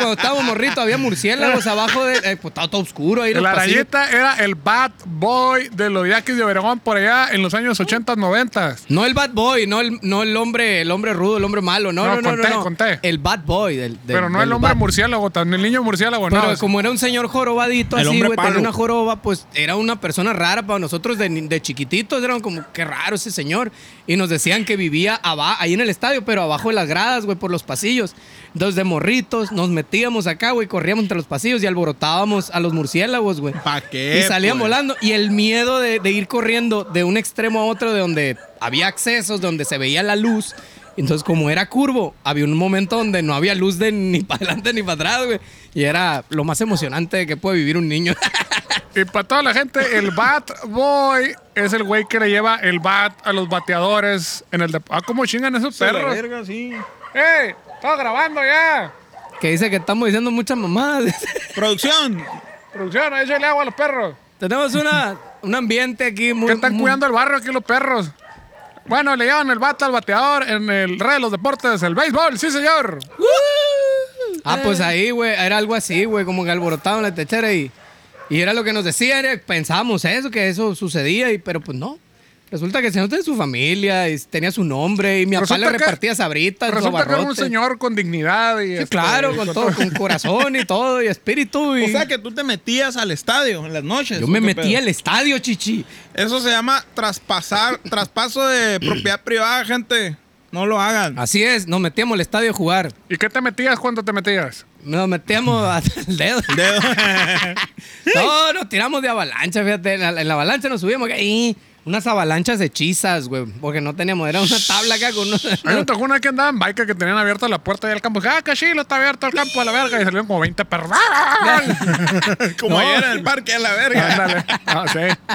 [SPEAKER 3] Cuando estábamos morritos había murciélagos abajo de. eh, pues estaba todo oscuro ahí en los
[SPEAKER 2] La
[SPEAKER 3] pasillos.
[SPEAKER 2] arañita era el bad boy de los yaquis de Obregón por allá en los años 80, 90.
[SPEAKER 3] No el bad boy, no el, no el hombre, el hombre rudo, el hombre malo, no,
[SPEAKER 2] No,
[SPEAKER 3] no, no,
[SPEAKER 2] conté,
[SPEAKER 3] no, no.
[SPEAKER 2] conté.
[SPEAKER 3] El bad boy del, del-
[SPEAKER 2] Pero no
[SPEAKER 3] del
[SPEAKER 2] el hombre
[SPEAKER 3] bad-
[SPEAKER 2] murciélago, tan- el niño murciélago,
[SPEAKER 3] Pero
[SPEAKER 2] no.
[SPEAKER 3] como era un señor jorobadito
[SPEAKER 4] El
[SPEAKER 3] así,
[SPEAKER 4] hombre
[SPEAKER 3] güey, tenía
[SPEAKER 4] palo.
[SPEAKER 3] una joroba, pues era una persona rara para nosotros de, ni- de chiquititos, eran como, qué raro ese señor. Y nos decían que vivía aba- ahí en el estadio, pero abajo de las gradas, güey, por los pasillos. Entonces, de morritos, nos metíamos acá, güey, corríamos entre los pasillos y alborotábamos a los murciélagos, güey.
[SPEAKER 4] ¿Pa' qué,
[SPEAKER 3] Y salían
[SPEAKER 4] pues?
[SPEAKER 3] volando. Y el miedo de, de ir corriendo de un extremo a otro, de donde había accesos, donde se veía la luz. Entonces, como era curvo, había un momento donde no había luz de ni para adelante ni para atrás, güey. Y era lo más emocionante que puede vivir un niño.
[SPEAKER 2] Y para toda la gente, el bat boy es el güey que le lleva el bat a los bateadores en el de... Ah, cómo chingan esos
[SPEAKER 4] Sí, la
[SPEAKER 2] perros.
[SPEAKER 4] verga, sí.
[SPEAKER 2] ¡Ey! ¡Estaba grabando ya!
[SPEAKER 3] que dice que estamos diciendo muchas mamadas.
[SPEAKER 4] Producción.
[SPEAKER 2] Producción, échale agua a los perros.
[SPEAKER 3] Tenemos una, un ambiente aquí muy.
[SPEAKER 2] ¿Qué están
[SPEAKER 3] muy-
[SPEAKER 2] cuidando el barrio aquí los perros? Bueno, le llevan el bat al bateador en el rey de los deportes, el béisbol, sí señor.
[SPEAKER 3] Ah, pues
[SPEAKER 2] Eh.
[SPEAKER 3] ahí, güey, era algo así, güey, como que alborotaban la techera y, y era lo que nos decían, era- pensábamos eso, que eso sucedía, y, pero pues no. Resulta que el señor tenía su familia, y tenía su nombre, y mi papá
[SPEAKER 2] Resulta
[SPEAKER 3] le
[SPEAKER 2] que-
[SPEAKER 3] repartía sabritas,
[SPEAKER 2] Resulta que era un
[SPEAKER 3] guabarrotes.
[SPEAKER 2] señor con dignidad y...
[SPEAKER 3] Sí,
[SPEAKER 2] este,
[SPEAKER 3] claro, con todo, con corazón y todo, y espíritu. Y
[SPEAKER 4] O sea que tú te metías al estadio en las noches.
[SPEAKER 3] yo me
[SPEAKER 4] ¿o qué
[SPEAKER 3] metí
[SPEAKER 4] pedo?
[SPEAKER 3] al estadio, chichi.
[SPEAKER 4] Eso se llama traspasar, traspaso de propiedad privada, gente. No lo hagan.
[SPEAKER 3] Así es, nos metíamos al estadio a jugar.
[SPEAKER 2] ¿Y qué te metías cuando te metías?
[SPEAKER 3] Nos metíamos hasta el dedo.
[SPEAKER 4] Dedo.
[SPEAKER 3] No, nos tiramos de avalancha, fíjate. En la, en la avalancha nos subíamos acá, y unas avalanchas hechizas, güey. Porque no teníamos, era una tabla acá con unos.
[SPEAKER 2] Hay un tocó una que andaba en bike que tenían abierta la puerta del campo. Dije, ah, cachilo, está abierto el campo a la verga. Y salieron como 20 perros. ¡Ah,
[SPEAKER 4] Como
[SPEAKER 3] No.
[SPEAKER 4] ayer en el parque a la verga.
[SPEAKER 2] Ándale. Ah, sí.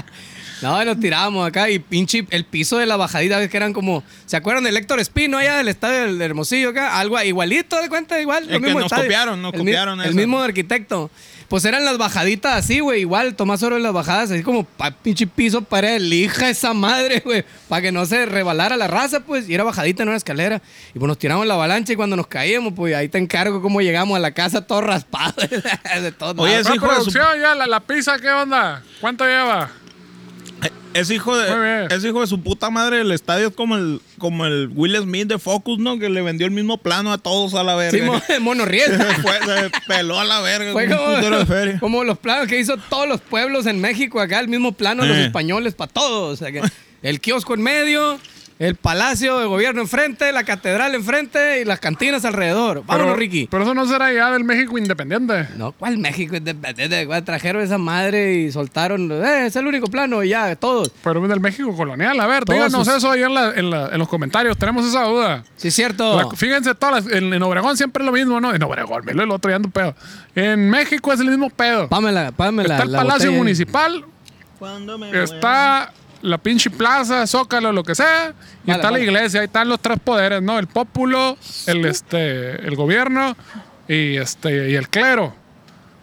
[SPEAKER 3] No, nos tirábamos acá y pinche el piso de la bajadita, ves que eran como. ¿Se acuerdan del Héctor Espino allá del estadio del Hermosillo acá? Algo igualito, de cuenta, igual.
[SPEAKER 4] El que nos copiaron, nos
[SPEAKER 3] el, mi-
[SPEAKER 4] copiaron
[SPEAKER 3] El
[SPEAKER 4] eso.
[SPEAKER 3] mismo arquitecto. Pues eran las bajaditas así, güey, igual, Tomás Oro en las bajadas, así como pa, pinche piso para elija esa madre, güey, para que no se rebalara la raza, pues, y era bajadita, no era escalera. Y pues nos tiramos la avalancha y cuando nos caíamos, pues ahí te encargo cómo llegamos a la casa todo raspado, de todo.
[SPEAKER 4] Oye,
[SPEAKER 3] lado.
[SPEAKER 4] ese
[SPEAKER 2] La
[SPEAKER 4] hijo de su-
[SPEAKER 2] producción ya, la, la pizza, ¿qué onda? ¿Cuánto lleva?
[SPEAKER 4] Es hijo
[SPEAKER 2] Muy
[SPEAKER 4] de,
[SPEAKER 2] bien.
[SPEAKER 4] es hijo de su puta madre. El estadio es como el, como el Will Smith de Focus, ¿no? Que le vendió el mismo plano a todos a la
[SPEAKER 3] Sí,
[SPEAKER 4] verga.
[SPEAKER 3] mo- mono riel.
[SPEAKER 4] Fue- se peló a la verga.
[SPEAKER 3] Fue
[SPEAKER 4] con un putero de feria.
[SPEAKER 3] como, como los planos que hizo todos los pueblos en México, acá el mismo plano de los
[SPEAKER 4] Eh.
[SPEAKER 3] españoles para todos. acá. el kiosco en medio, el Palacio de Gobierno enfrente, la Catedral enfrente y las cantinas alrededor. Vámonos,
[SPEAKER 2] pero,
[SPEAKER 3] Ricky.
[SPEAKER 2] Pero eso no será ya del México independiente.
[SPEAKER 3] No, ¿cuál México independiente? ¿Cuál trajeron esa madre y soltaron? Eh, es el único plano y ya, todos.
[SPEAKER 2] Pero del México colonial. A ver,
[SPEAKER 3] Todos
[SPEAKER 2] díganos
[SPEAKER 3] sus-
[SPEAKER 2] eso ahí en, la- en la- en los comentarios. Tenemos esa duda.
[SPEAKER 3] Sí, es cierto.
[SPEAKER 2] La- fíjense, todas las- en, en Obregón siempre es lo mismo, ¿no? En Obregón, me lo el otro ya ando pedo. En México es el mismo pedo.
[SPEAKER 3] Pámela, pámela.
[SPEAKER 2] está el
[SPEAKER 3] la
[SPEAKER 2] Palacio
[SPEAKER 3] botella.
[SPEAKER 2] Municipal,
[SPEAKER 4] Cuando me muera.
[SPEAKER 2] está la pinche plaza, Zócalo, lo que sea, y
[SPEAKER 3] Vale,
[SPEAKER 2] está
[SPEAKER 3] vale.
[SPEAKER 2] la iglesia, ahí están los tres poderes, ¿no? El pópulo, el este, el gobierno y este y el clero.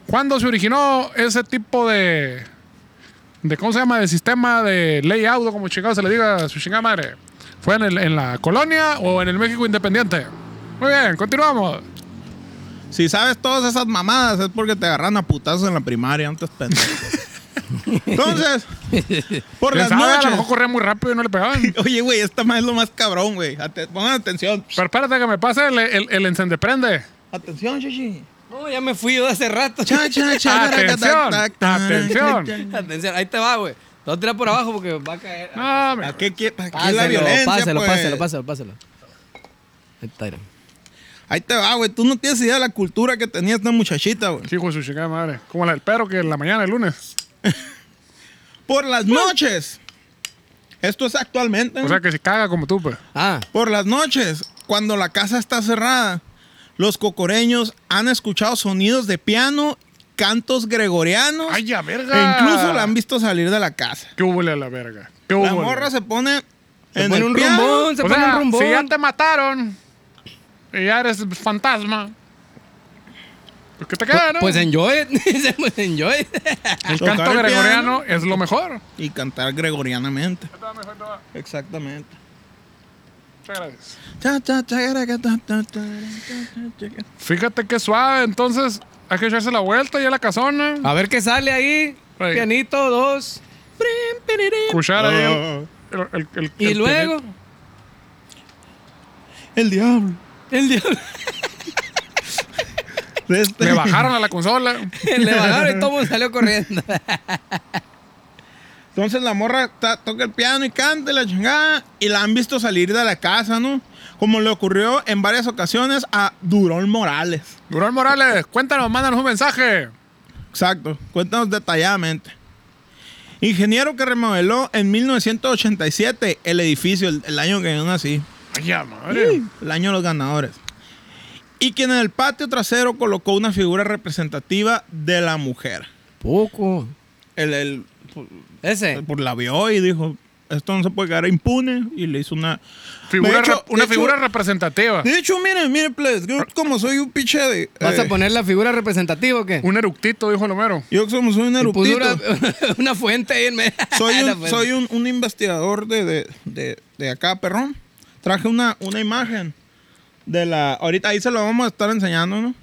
[SPEAKER 2] ¿Cuándo se originó ese tipo de de cómo se llama de sistema de layout o como chingado se le diga a su chingada madre? ¿Fue en, el- en la colonia o en el México independiente? Muy bien, continuamos.
[SPEAKER 4] Si sabes todas esas mamadas es porque te agarran a putazos en la primaria antes pendejo. Entonces, por
[SPEAKER 2] ¿Quién
[SPEAKER 4] las
[SPEAKER 2] sabe? A lo mejor
[SPEAKER 4] noches.
[SPEAKER 2] corría muy rápido y no le pegaban.
[SPEAKER 4] Oye, güey, esta más es lo más cabrón, güey. Ate- Pongan atención.
[SPEAKER 2] Pero espérate que me pase el, el, el encendeprende.
[SPEAKER 4] Atención, chichi.
[SPEAKER 3] No, ya me fui yo de hace rato.
[SPEAKER 4] Cha, cha, cha,
[SPEAKER 2] Atención,
[SPEAKER 4] ra, ta, ta, ta,
[SPEAKER 2] atención.
[SPEAKER 4] ta, ta.
[SPEAKER 3] Atención, ahí te va, güey. Te voy a tirar por abajo porque va a caer.
[SPEAKER 2] No, me-
[SPEAKER 4] ¿Para qué, quie- para qué la
[SPEAKER 3] Pásalo,
[SPEAKER 4] violencia?
[SPEAKER 3] pásalo,
[SPEAKER 4] pues?
[SPEAKER 3] pásalo, pásalo, pásalo. Ahí está, mira.
[SPEAKER 4] Ahí te va, güey. Tú no tienes idea de la cultura que tenía esta muchachita, güey.
[SPEAKER 2] Hijo de su chingada madre. Como la del perro que en la mañana, el lunes.
[SPEAKER 4] Por las
[SPEAKER 2] Pues,
[SPEAKER 4] noches. Esto es actualmente.
[SPEAKER 2] O sea que se caga como tú, pues.
[SPEAKER 3] Ah,
[SPEAKER 4] Por las noches, cuando la casa está cerrada, los cocoreños han escuchado sonidos de piano, cantos gregorianos.
[SPEAKER 2] ¡Ay, ya, verga!
[SPEAKER 4] e incluso la han visto salir de la casa.
[SPEAKER 2] ¿Qué huele a la verga? ¿Qué
[SPEAKER 4] La
[SPEAKER 2] hubo?
[SPEAKER 4] morra se pone
[SPEAKER 3] se
[SPEAKER 4] en
[SPEAKER 3] pone
[SPEAKER 4] el
[SPEAKER 3] un
[SPEAKER 4] piano.
[SPEAKER 3] rumbón, se
[SPEAKER 2] o
[SPEAKER 3] pone
[SPEAKER 2] sea,
[SPEAKER 3] un rumbón.
[SPEAKER 2] si ya te mataron y ya eres fantasma, pues ¿qué te queda, no?
[SPEAKER 3] Pues enjoy it. Dice, pues enjoy it.
[SPEAKER 2] el
[SPEAKER 4] Tocar
[SPEAKER 2] canto
[SPEAKER 4] el
[SPEAKER 2] gregoriano es lo mejor.
[SPEAKER 4] Y cantar gregorianamente.
[SPEAKER 2] Muchas
[SPEAKER 4] Exactamente.
[SPEAKER 2] gracias.
[SPEAKER 4] Cha, cha, cha, ra, ca, ta, ta, ta, ra, cha, cha, cha.
[SPEAKER 2] Fíjate qué suave, entonces hay que echarse la vuelta y a la casona.
[SPEAKER 3] A ver qué sale ahí.
[SPEAKER 2] Ahí.
[SPEAKER 3] Pianito, dos. Prim, piririm.
[SPEAKER 2] Escuchar ahí el,
[SPEAKER 4] Oh,
[SPEAKER 2] el- el- el-
[SPEAKER 3] Y
[SPEAKER 2] el
[SPEAKER 3] luego,
[SPEAKER 2] pianito.
[SPEAKER 4] El diablo.
[SPEAKER 3] el diablo
[SPEAKER 4] Este-
[SPEAKER 2] Le bajaron a la consola.
[SPEAKER 3] le bajaron y todo el mundo salió corriendo.
[SPEAKER 4] Entonces la morra ta- toca el piano y canta y la chingada. Y la han visto salir de la casa, ¿no? Como le ocurrió en varias ocasiones a Durón Morales.
[SPEAKER 2] Durán Morales, cuéntanos, mándanos un mensaje.
[SPEAKER 4] Exacto. Cuéntanos detalladamente. Ingeniero que remodeló en 1987 el edificio, el, el año que yo nací.
[SPEAKER 2] Ay, ya, madre.
[SPEAKER 4] El año de los ganadores. Y quien en el patio trasero colocó una figura representativa de la mujer.
[SPEAKER 3] Poco.
[SPEAKER 4] El, el,
[SPEAKER 3] Ese.
[SPEAKER 4] por la vio y dijo, esto no se puede quedar impune. Y le hizo una...
[SPEAKER 2] Figura
[SPEAKER 4] De hecho-
[SPEAKER 2] rep- una
[SPEAKER 4] de hecho-
[SPEAKER 2] figura representativa.
[SPEAKER 4] De hecho, miren, miren, plebes, yo como soy un pinche de...
[SPEAKER 3] ¿Vas
[SPEAKER 4] eh,
[SPEAKER 3] a poner la figura representativa o qué?
[SPEAKER 2] Un eructito, dijo Lomero.
[SPEAKER 4] Yo como soy un
[SPEAKER 3] Y Ah, puso
[SPEAKER 4] eruptito,
[SPEAKER 3] una, una fuente ahí en medio.
[SPEAKER 4] soy,
[SPEAKER 3] La
[SPEAKER 4] un,
[SPEAKER 3] fuente.
[SPEAKER 4] soy un, un investigador de, de, de- de acá, perrón. Traje una, una imagen de la... Ahorita ahí se lo vamos a estar enseñando, ¿no?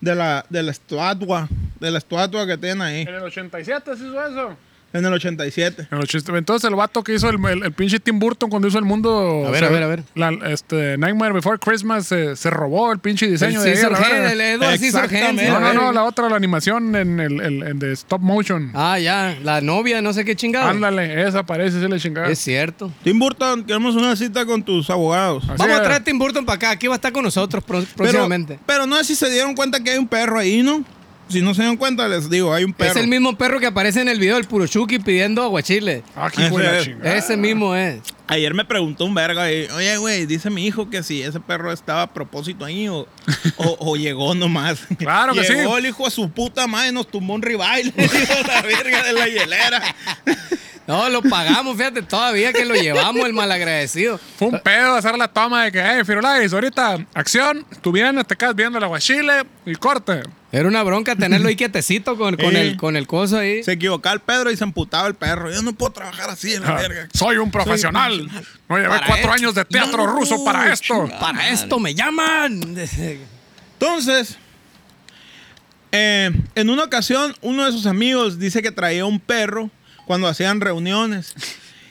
[SPEAKER 4] De la, de la estatua, de la estatua que tienen ahí,
[SPEAKER 2] el 87 se hizo eso.
[SPEAKER 4] en el 87.
[SPEAKER 2] Entonces el vato que hizo el, el- el pinche Tim Burton cuando hizo el mundo.
[SPEAKER 3] A ver,
[SPEAKER 2] o sea,
[SPEAKER 3] a ver, a ver.
[SPEAKER 2] la- este, Nightmare Before Christmas se, se robó el pinche
[SPEAKER 3] El
[SPEAKER 2] diseño de ella,
[SPEAKER 3] César
[SPEAKER 2] la
[SPEAKER 3] Gen,
[SPEAKER 2] verga.
[SPEAKER 3] el Edward César Gen,
[SPEAKER 4] Exactamente.
[SPEAKER 3] sí, la
[SPEAKER 2] No, no, no,
[SPEAKER 3] verga.
[SPEAKER 2] la otra, la animación en el, el- en de stop motion.
[SPEAKER 3] Ah, ya, la novia, no sé qué chingada.
[SPEAKER 2] Ándale, esa parece, se le chingada.
[SPEAKER 3] Es cierto.
[SPEAKER 4] Tim Burton, queremos una cita con tus abogados.
[SPEAKER 2] Así
[SPEAKER 3] Vamos a
[SPEAKER 2] es.
[SPEAKER 3] traer a Tim Burton para acá. Aquí va a estar con nosotros pro-
[SPEAKER 4] Pero,
[SPEAKER 3] próximamente.
[SPEAKER 4] pero no sé si se dieron cuenta que hay un perro ahí, ¿no? Si no se dieron cuenta, les digo, hay un perro.
[SPEAKER 3] Es el mismo perro que aparece en el video del Purochuki pidiendo aguachile.
[SPEAKER 2] Ah, qué hijo de
[SPEAKER 4] Ese
[SPEAKER 2] la
[SPEAKER 4] es.
[SPEAKER 2] chingada.
[SPEAKER 3] Ese mismo es.
[SPEAKER 4] Ayer me preguntó un verga, y, oye, güey, dice mi hijo que si ese perro estaba a propósito ahí o, o- o llegó nomás.
[SPEAKER 2] Claro que sí.
[SPEAKER 4] Llegó el hijo a su puta madre y nos tumbó un revival. Le dijo la verga de la hielera.
[SPEAKER 3] No, lo pagamos, fíjate, todavía que lo llevamos, el malagradecido.
[SPEAKER 2] Fue un pedo hacer la toma de que, hey, Firulais, ahorita, acción, tú vienes, te quedas viendo el aguachile y corte.
[SPEAKER 3] Era una bronca tenerlo ahí quietecito con, con
[SPEAKER 4] Sí.
[SPEAKER 3] el, con el coso ahí.
[SPEAKER 4] Se equivocaba el Pedro y se emputaba el perro. Yo no puedo trabajar así en la
[SPEAKER 2] Ah,
[SPEAKER 4] verga.
[SPEAKER 2] Soy un profesional. no llevé
[SPEAKER 3] Para
[SPEAKER 2] cuatro
[SPEAKER 3] esto.
[SPEAKER 2] años de teatro
[SPEAKER 4] No,
[SPEAKER 2] ruso para esto.
[SPEAKER 3] Para esto me llaman.
[SPEAKER 4] Entonces, eh, en una ocasión, uno de sus amigos dice que traía un perro cuando hacían reuniones.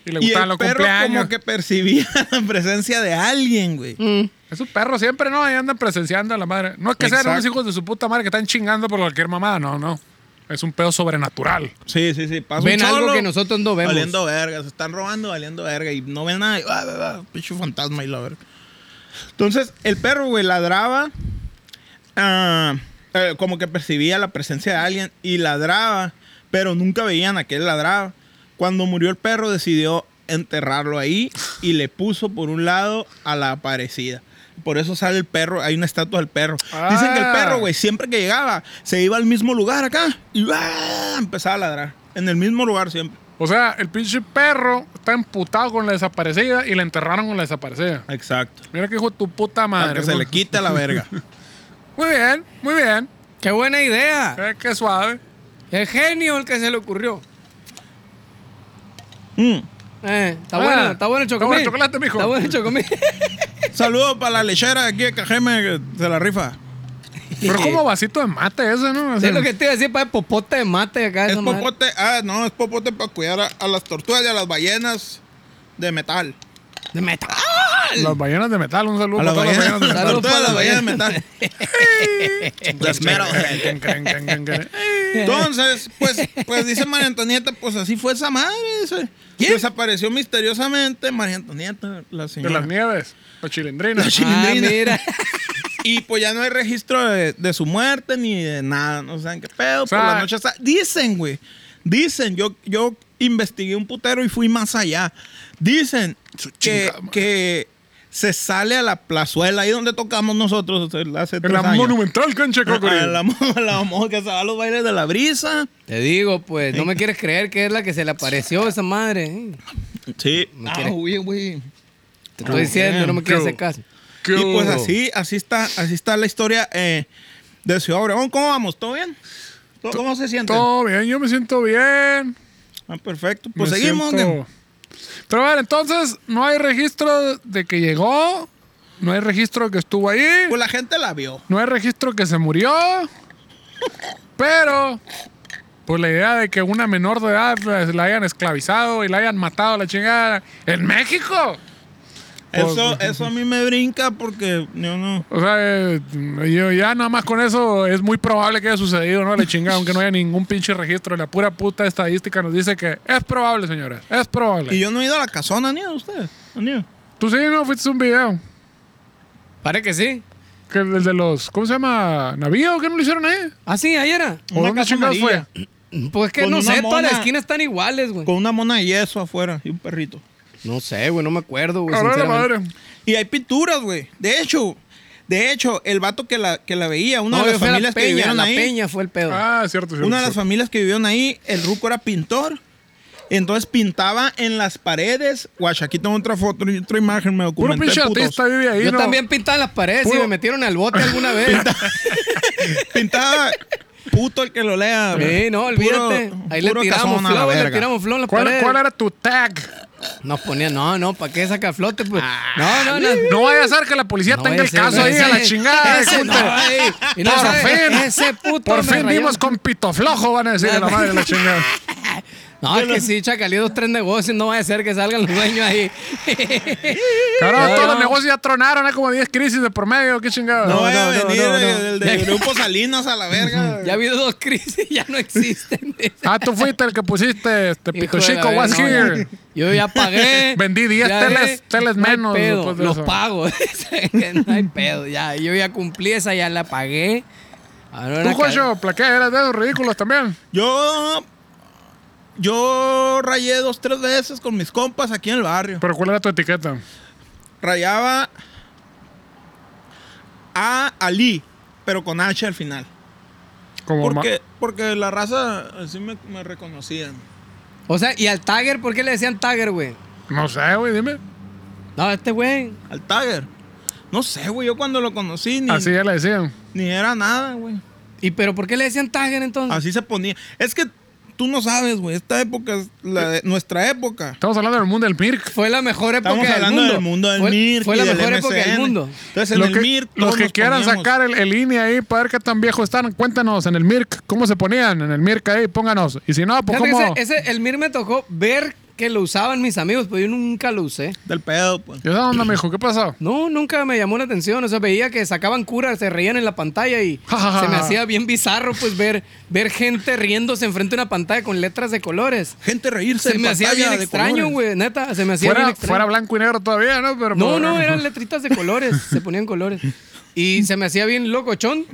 [SPEAKER 2] Y le
[SPEAKER 4] Y
[SPEAKER 2] gustaban
[SPEAKER 4] el
[SPEAKER 2] los
[SPEAKER 4] perro
[SPEAKER 2] cumpleaños.
[SPEAKER 4] como que percibía la presencia de alguien, güey.
[SPEAKER 3] Mm.
[SPEAKER 2] Esos perros siempre, ¿no? Ahí andan presenciando a la madre. No es que sean
[SPEAKER 4] Exacto.
[SPEAKER 2] unos hijos de su puta madre que están chingando por cualquier mamada, no, no. Es un pedo sobrenatural.
[SPEAKER 4] Sí, sí, sí. Pasa
[SPEAKER 3] Ven
[SPEAKER 4] un
[SPEAKER 3] algo
[SPEAKER 4] cholo
[SPEAKER 3] que nosotros no vemos.
[SPEAKER 4] Valiendo verga. Se están robando, valiendo verga. Y no ven nada. Y, ah, ah, ah, pinche fantasma y la verga. Entonces, el perro, güey, ladraba. ah, eh, como que percibía la presencia de alguien y ladraba. Pero nunca veían a qué ladraba. Cuando murió el perro, decidió enterrarlo ahí y le puso por un lado a la aparecida. Por eso sale el perro, hay una estatua del perro. Dicen que el
[SPEAKER 2] Ah.
[SPEAKER 4] perro, güey, siempre que llegaba, se iba al mismo lugar acá y ¡ah! empezaba a ladrar. En el mismo lugar siempre.
[SPEAKER 2] O sea, el pinche perro está emputado con la desaparecida y la enterraron con la desaparecida.
[SPEAKER 4] Exacto.
[SPEAKER 2] Mira que hijo de tu puta
[SPEAKER 4] Para
[SPEAKER 2] madre.
[SPEAKER 4] que se le quite la verga.
[SPEAKER 2] Muy bien, muy bien.
[SPEAKER 3] Qué buena
[SPEAKER 4] Ah.
[SPEAKER 3] idea.
[SPEAKER 2] Eh, qué suave.
[SPEAKER 3] Es genio el que se le ocurrió.
[SPEAKER 4] Mm.
[SPEAKER 3] Eh, está
[SPEAKER 2] Ah,
[SPEAKER 3] bueno, está bueno el
[SPEAKER 2] está
[SPEAKER 3] chocomil.
[SPEAKER 2] bueno el chocolate, mijo.
[SPEAKER 3] Está bueno el chocomil.
[SPEAKER 4] Saludos para la lechera de aquí de Cajeme, que se la rifa.
[SPEAKER 2] Pero como vasito de mate ese, ¿no? O sea,
[SPEAKER 3] Es lo que te iba a decir para el popote de mate acá.
[SPEAKER 4] Es
[SPEAKER 3] esa madre.
[SPEAKER 4] popote, ah, no, es popote para cuidar a, a las tortugas y a las ballenas de metal.
[SPEAKER 3] De metal.
[SPEAKER 4] ¡Ah!
[SPEAKER 3] Ah,
[SPEAKER 2] Las ballenas de metal, un saludo
[SPEAKER 4] A las
[SPEAKER 2] para todas
[SPEAKER 4] ballenas,
[SPEAKER 2] las
[SPEAKER 3] Saludos
[SPEAKER 4] tortugas,
[SPEAKER 3] para
[SPEAKER 4] las
[SPEAKER 3] las
[SPEAKER 4] ballenas de metal. Las metal.
[SPEAKER 2] ballenas de metal.
[SPEAKER 4] Entonces, pues, pues dice María Antonieta, pues así fue esa madre. dice. Desapareció misteriosamente María Antonieta, la
[SPEAKER 2] De
[SPEAKER 4] señora.
[SPEAKER 2] las nieves, los chilindrinas.
[SPEAKER 3] Ah,
[SPEAKER 4] Chilindrina.
[SPEAKER 3] mira.
[SPEAKER 4] Y pues ya no hay registro de, de su muerte ni de nada. No saben qué pedo.
[SPEAKER 2] sea,
[SPEAKER 4] por la noche sa- Dicen, güey. Dicen, yo, yo investigué un putero y fui más allá. Dicen que,
[SPEAKER 2] chingada madre.
[SPEAKER 4] que se sale a la plazuela, ahí donde tocamos nosotros o sea, hace
[SPEAKER 2] En
[SPEAKER 4] tres
[SPEAKER 2] la
[SPEAKER 4] años.
[SPEAKER 2] monumental cancha
[SPEAKER 4] A-
[SPEAKER 2] Cocori.
[SPEAKER 4] a la, mo- a la mo- que se va a los bailes de la brisa.
[SPEAKER 3] Te digo, pues, no me quieres creer que es la que se le apareció esa madre. ¿eh?
[SPEAKER 4] Sí.
[SPEAKER 3] Me
[SPEAKER 4] Ah,
[SPEAKER 3] quiere-
[SPEAKER 4] güey, güey.
[SPEAKER 3] Te estoy diciendo, no me quieres hacer caso.
[SPEAKER 2] ¿Qué
[SPEAKER 4] Y pues
[SPEAKER 2] hubo?
[SPEAKER 4] así, así está, así está la historia eh, de Ciudad Obregón. ¿Cómo vamos? ¿Todo bien? ¿Todo- ¿Cómo se siente?
[SPEAKER 2] Todo bien, yo me siento bien.
[SPEAKER 4] Ah, perfecto. Pues
[SPEAKER 2] Me
[SPEAKER 4] seguimos.
[SPEAKER 2] siento-
[SPEAKER 4] ¿dónde?
[SPEAKER 2] Pero a ver, entonces, no hay registro de que llegó, no hay registro de que estuvo ahí,
[SPEAKER 4] Pues la gente la vio.
[SPEAKER 2] no hay registro que se murió, pero pues la idea de que una menor de edad la, la hayan esclavizado y la hayan matado a la chingada en México.
[SPEAKER 4] Eso, eso a mí me brinca porque yo no.
[SPEAKER 2] O sea, eh, yo ya nada más con eso es muy probable que haya sucedido, ¿no? La chingada, aunque no haya ningún pinche registro. La pura puta estadística nos dice que es probable, señores. Es probable.
[SPEAKER 4] Y yo no he ido a la casona ni a ustedes. Ni a-
[SPEAKER 2] Tú sí, ¿no? Fuiste un video.
[SPEAKER 3] Pare que sí.
[SPEAKER 2] Que el de los, ¿cómo se llama? ¿Navío? ¿Qué no lo hicieron ahí?
[SPEAKER 3] Ah, sí, ahí era.
[SPEAKER 2] ¿O
[SPEAKER 4] Una
[SPEAKER 2] dónde
[SPEAKER 4] casa
[SPEAKER 2] chingados
[SPEAKER 4] amarilla.
[SPEAKER 2] fue?
[SPEAKER 3] Pues que
[SPEAKER 4] Con
[SPEAKER 3] no
[SPEAKER 4] una
[SPEAKER 3] sé, todas las
[SPEAKER 4] mona-
[SPEAKER 3] esquinas están iguales, güey.
[SPEAKER 4] Con una mona de yeso afuera y un perrito.
[SPEAKER 3] No sé, güey, no me acuerdo, güey.
[SPEAKER 2] Ahora la
[SPEAKER 3] sinceramente.
[SPEAKER 2] madre.
[SPEAKER 4] Y hay pinturas, güey. De hecho, de hecho, el vato que la, que la veía, una
[SPEAKER 3] No, yo
[SPEAKER 4] de las
[SPEAKER 3] fui a
[SPEAKER 4] familias
[SPEAKER 3] la
[SPEAKER 4] que
[SPEAKER 3] peña,
[SPEAKER 4] vivieron
[SPEAKER 3] la
[SPEAKER 4] ahí.
[SPEAKER 3] peña fue el pedo.
[SPEAKER 2] Ah, cierto, cierto.
[SPEAKER 4] Una de las
[SPEAKER 2] cierto.
[SPEAKER 4] familias que vivieron ahí, el ruco era pintor. Entonces pintaba en las paredes. Guacha, aquí tengo otra foto y otra imagen, me
[SPEAKER 2] Puro
[SPEAKER 4] documenté.
[SPEAKER 2] pinche
[SPEAKER 4] putos.
[SPEAKER 2] artista vive ahí,
[SPEAKER 3] Yo
[SPEAKER 2] ¿no?
[SPEAKER 3] también pintaba las paredes y
[SPEAKER 2] Puro-
[SPEAKER 3] me metieron al bote alguna vez.
[SPEAKER 4] Pintaba puto el que lo lea.
[SPEAKER 3] Sí, no, olvídate.
[SPEAKER 4] Puro-
[SPEAKER 3] ahí le
[SPEAKER 4] puro
[SPEAKER 3] tiramos
[SPEAKER 4] casona a la
[SPEAKER 3] flow, ahí le
[SPEAKER 4] verga.
[SPEAKER 3] tiramos flow en las
[SPEAKER 2] ¿Cuál,
[SPEAKER 3] paredes.
[SPEAKER 2] cuál era tu tag?
[SPEAKER 3] Nos ponían, no, no, ¿para qué saca flote? Pues? no, no, no.
[SPEAKER 2] No vaya a ser que la policía
[SPEAKER 3] No
[SPEAKER 2] tenga
[SPEAKER 3] vaya
[SPEAKER 2] Ah, el
[SPEAKER 3] a ser,
[SPEAKER 2] caso ahí
[SPEAKER 3] ese-
[SPEAKER 2] a la chingada.
[SPEAKER 3] Ese, no,
[SPEAKER 2] disculpe.
[SPEAKER 3] ey, y no
[SPEAKER 2] Por
[SPEAKER 3] sabe,
[SPEAKER 2] fin.
[SPEAKER 3] Ese puto
[SPEAKER 2] Por
[SPEAKER 3] me
[SPEAKER 2] fin
[SPEAKER 3] rayó.
[SPEAKER 2] vimos con pito flojo, van a decir a la madre de la chingada.
[SPEAKER 3] No, es que sí, chacalí dos, tres negocios, no vaya a ser que salgan los dueños ahí.
[SPEAKER 2] Cabrón,
[SPEAKER 3] No,
[SPEAKER 2] todos
[SPEAKER 3] no.
[SPEAKER 2] los negocios ya tronaron, hay como 10 crisis de por medio, qué chingada.
[SPEAKER 4] No, vaya a
[SPEAKER 3] no, no,
[SPEAKER 4] venir eh.
[SPEAKER 3] no, no.
[SPEAKER 4] el, el de
[SPEAKER 3] Ya-
[SPEAKER 4] Grupo Salinas a la verga.
[SPEAKER 3] ya ha habido dos crisis, ya no existen.
[SPEAKER 2] Ah, tú fuiste el que pusiste este
[SPEAKER 3] Hijo
[SPEAKER 2] Pito
[SPEAKER 3] de la
[SPEAKER 2] Chico
[SPEAKER 3] verga,
[SPEAKER 2] was
[SPEAKER 3] no, ya.
[SPEAKER 2] here.
[SPEAKER 3] yo ya pagué.
[SPEAKER 2] Vendí 10
[SPEAKER 3] ya
[SPEAKER 2] teles-
[SPEAKER 3] ve,
[SPEAKER 2] teles
[SPEAKER 3] no hay
[SPEAKER 2] menos
[SPEAKER 3] pedo,
[SPEAKER 2] después de
[SPEAKER 3] los
[SPEAKER 2] eso.
[SPEAKER 3] pago. no hay pedo, ya. Yo ya cumplí esa, ya la pagué. Ahora
[SPEAKER 2] Tú,
[SPEAKER 3] la
[SPEAKER 2] Juancho, plaqué, eras de esos ridículos también.
[SPEAKER 4] Yo. Yo rayé dos, tres veces con mis compas aquí en el barrio.
[SPEAKER 2] Pero ¿cuál era tu etiqueta?
[SPEAKER 4] Rayaba a Ali, pero con H al final.
[SPEAKER 2] Como ma-
[SPEAKER 4] Porque, porque la raza así me, me reconocían.
[SPEAKER 3] O sea, ¿y al Tiger por qué le decían Tiger, güey?
[SPEAKER 2] No sé, güey, dime.
[SPEAKER 3] No, este güey.
[SPEAKER 4] Al Tiger. No sé, güey. Yo cuando lo conocí ni,
[SPEAKER 2] Así ya le decían.
[SPEAKER 4] ni era nada, güey.
[SPEAKER 3] ¿Y pero por qué le decían Tiger entonces?
[SPEAKER 4] Así se ponía. Es que tú no sabes, güey. Esta época es la de- nuestra época.
[SPEAKER 2] Estamos hablando del mundo del Mirk.
[SPEAKER 3] Fue la mejor época
[SPEAKER 4] Estamos
[SPEAKER 3] del
[SPEAKER 4] hablando
[SPEAKER 3] mundo.
[SPEAKER 4] del mundo del
[SPEAKER 3] fue,
[SPEAKER 4] MIR.
[SPEAKER 3] Fue
[SPEAKER 4] y
[SPEAKER 3] la
[SPEAKER 4] del
[SPEAKER 3] mejor época del
[SPEAKER 4] MSN.
[SPEAKER 3] mundo.
[SPEAKER 4] Entonces, en
[SPEAKER 2] Los
[SPEAKER 4] el
[SPEAKER 2] que,
[SPEAKER 4] MIR.
[SPEAKER 2] los
[SPEAKER 4] todos
[SPEAKER 2] que
[SPEAKER 4] nos
[SPEAKER 2] quieran
[SPEAKER 4] poníamos-
[SPEAKER 2] sacar el, el INE ahí para ver qué tan viejos están, cuéntanos en el Mirk cómo se ponían en el Mirk ahí, pónganos. Y si no, pues
[SPEAKER 3] Fíjate que
[SPEAKER 2] cómo.
[SPEAKER 3] ese, ese- el Mir me tocó ver que lo usaban mis amigos, pero yo nunca lo usé.
[SPEAKER 4] Del pedo, pues.
[SPEAKER 2] ¿Y esa onda, mijo? ¿Qué pasó?
[SPEAKER 3] No, nunca me llamó la atención. O sea, veía que sacaban curas, se reían en la pantalla y se me hacía bien bizarro, pues, ver, ver gente riéndose enfrente de una pantalla con letras de colores.
[SPEAKER 4] Gente reírse.
[SPEAKER 3] Se
[SPEAKER 4] en
[SPEAKER 3] me hacía
[SPEAKER 4] pantalla
[SPEAKER 3] bien
[SPEAKER 4] de
[SPEAKER 3] extraño,
[SPEAKER 4] colores.
[SPEAKER 3] güey, neta. Se me hacía bien
[SPEAKER 2] Fuera,
[SPEAKER 3] extraño.
[SPEAKER 2] fuera blanco y negro todavía, ¿no? Pero
[SPEAKER 3] No,
[SPEAKER 2] por-
[SPEAKER 3] no, eran letritas de colores, se ponían colores. Y se me hacía bien locochón,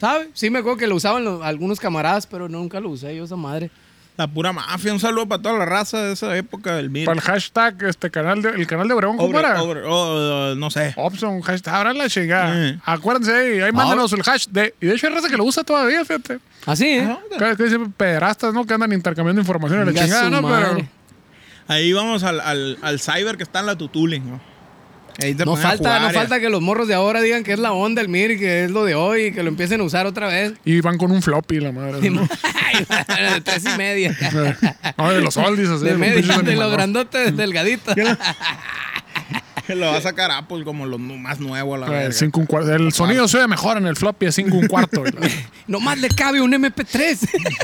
[SPEAKER 3] ¿sabes? Sí me acuerdo que lo usaban lo- algunos camaradas, pero nunca lo usé yo esa madre.
[SPEAKER 4] La pura mafia. Un saludo para toda la raza de esa época del virus.
[SPEAKER 2] Para el hashtag, este canal de, el canal de Obregón, ¿cómo
[SPEAKER 4] Obre-
[SPEAKER 2] era?
[SPEAKER 4] obre- oh, oh, no sé.
[SPEAKER 2] Opson, hashtag, ahora la chingada.
[SPEAKER 4] Sí.
[SPEAKER 2] Acuérdense ahí,
[SPEAKER 3] Ah.
[SPEAKER 2] ahí mándenos el hashtag. de- y de hecho hay raza que lo usa todavía, fíjate.
[SPEAKER 3] Así, ¿eh?
[SPEAKER 2] Cada que dicen pederastas, ¿no? Que andan intercambiando información en Ah, la
[SPEAKER 3] Venga
[SPEAKER 2] chingada,
[SPEAKER 3] su
[SPEAKER 2] ¿no? Pero
[SPEAKER 3] madre.
[SPEAKER 4] Ahí vamos al, al, al cyber que está en la tutuli. ¿no? Ahí te
[SPEAKER 3] No
[SPEAKER 4] ponen a
[SPEAKER 3] falta, no
[SPEAKER 4] jugar, ya.
[SPEAKER 2] eh.
[SPEAKER 3] falta que los morros de ahora digan que es la onda el MIR y que es lo de hoy y que lo empiecen a usar otra vez.
[SPEAKER 2] Y van con un floppy, la madre. ¿no?
[SPEAKER 3] de tres y media.
[SPEAKER 2] No, de los oldies, así.
[SPEAKER 3] De
[SPEAKER 2] un pinche
[SPEAKER 3] media, de
[SPEAKER 2] animalón.
[SPEAKER 3] los grandotes delgaditos.
[SPEAKER 4] Que eh. lo va a sacar Apple como lo nu- más nuevo, a la
[SPEAKER 2] A ver,
[SPEAKER 4] verga.
[SPEAKER 2] cinco un cuarto. El sonido se ve mejor en el floppy a 5 un cuarto. güey.
[SPEAKER 3] Nomás le cabe un MP3.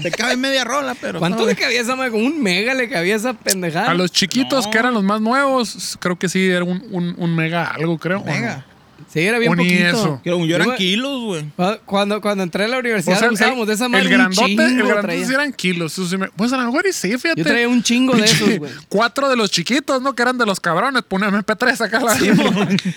[SPEAKER 4] Te cabe media rola, pero.
[SPEAKER 3] ¿Cuánto le cabía esa madre? Como un mega le cabía esa pendejada.
[SPEAKER 2] A los chiquitos
[SPEAKER 4] No.
[SPEAKER 2] que eran los más nuevos, creo que sí, era un, un, un mega algo, creo. ¿o no?
[SPEAKER 4] Mega.
[SPEAKER 3] Sí, era bien
[SPEAKER 2] O ni
[SPEAKER 3] poquito.
[SPEAKER 2] eso.
[SPEAKER 4] Que yo
[SPEAKER 3] Yo-
[SPEAKER 4] eran kilos, güey.
[SPEAKER 3] Ah, Cuando, cuando entré a la
[SPEAKER 2] O
[SPEAKER 3] universidad
[SPEAKER 2] sea, el,
[SPEAKER 3] usábamos de esa
[SPEAKER 2] el
[SPEAKER 3] madre un
[SPEAKER 2] grandote,
[SPEAKER 3] chingo
[SPEAKER 2] el grandote
[SPEAKER 3] traía.
[SPEAKER 2] sí eran kilos. eso sí me- pues a lo mejor y sí, fíjate.
[SPEAKER 3] Yo traía un chingo de
[SPEAKER 2] Pinche-
[SPEAKER 3] esos, güey.
[SPEAKER 2] Cuatro de los chiquitos, ¿no? Que eran de los cabrones. Pone MP3 acá la.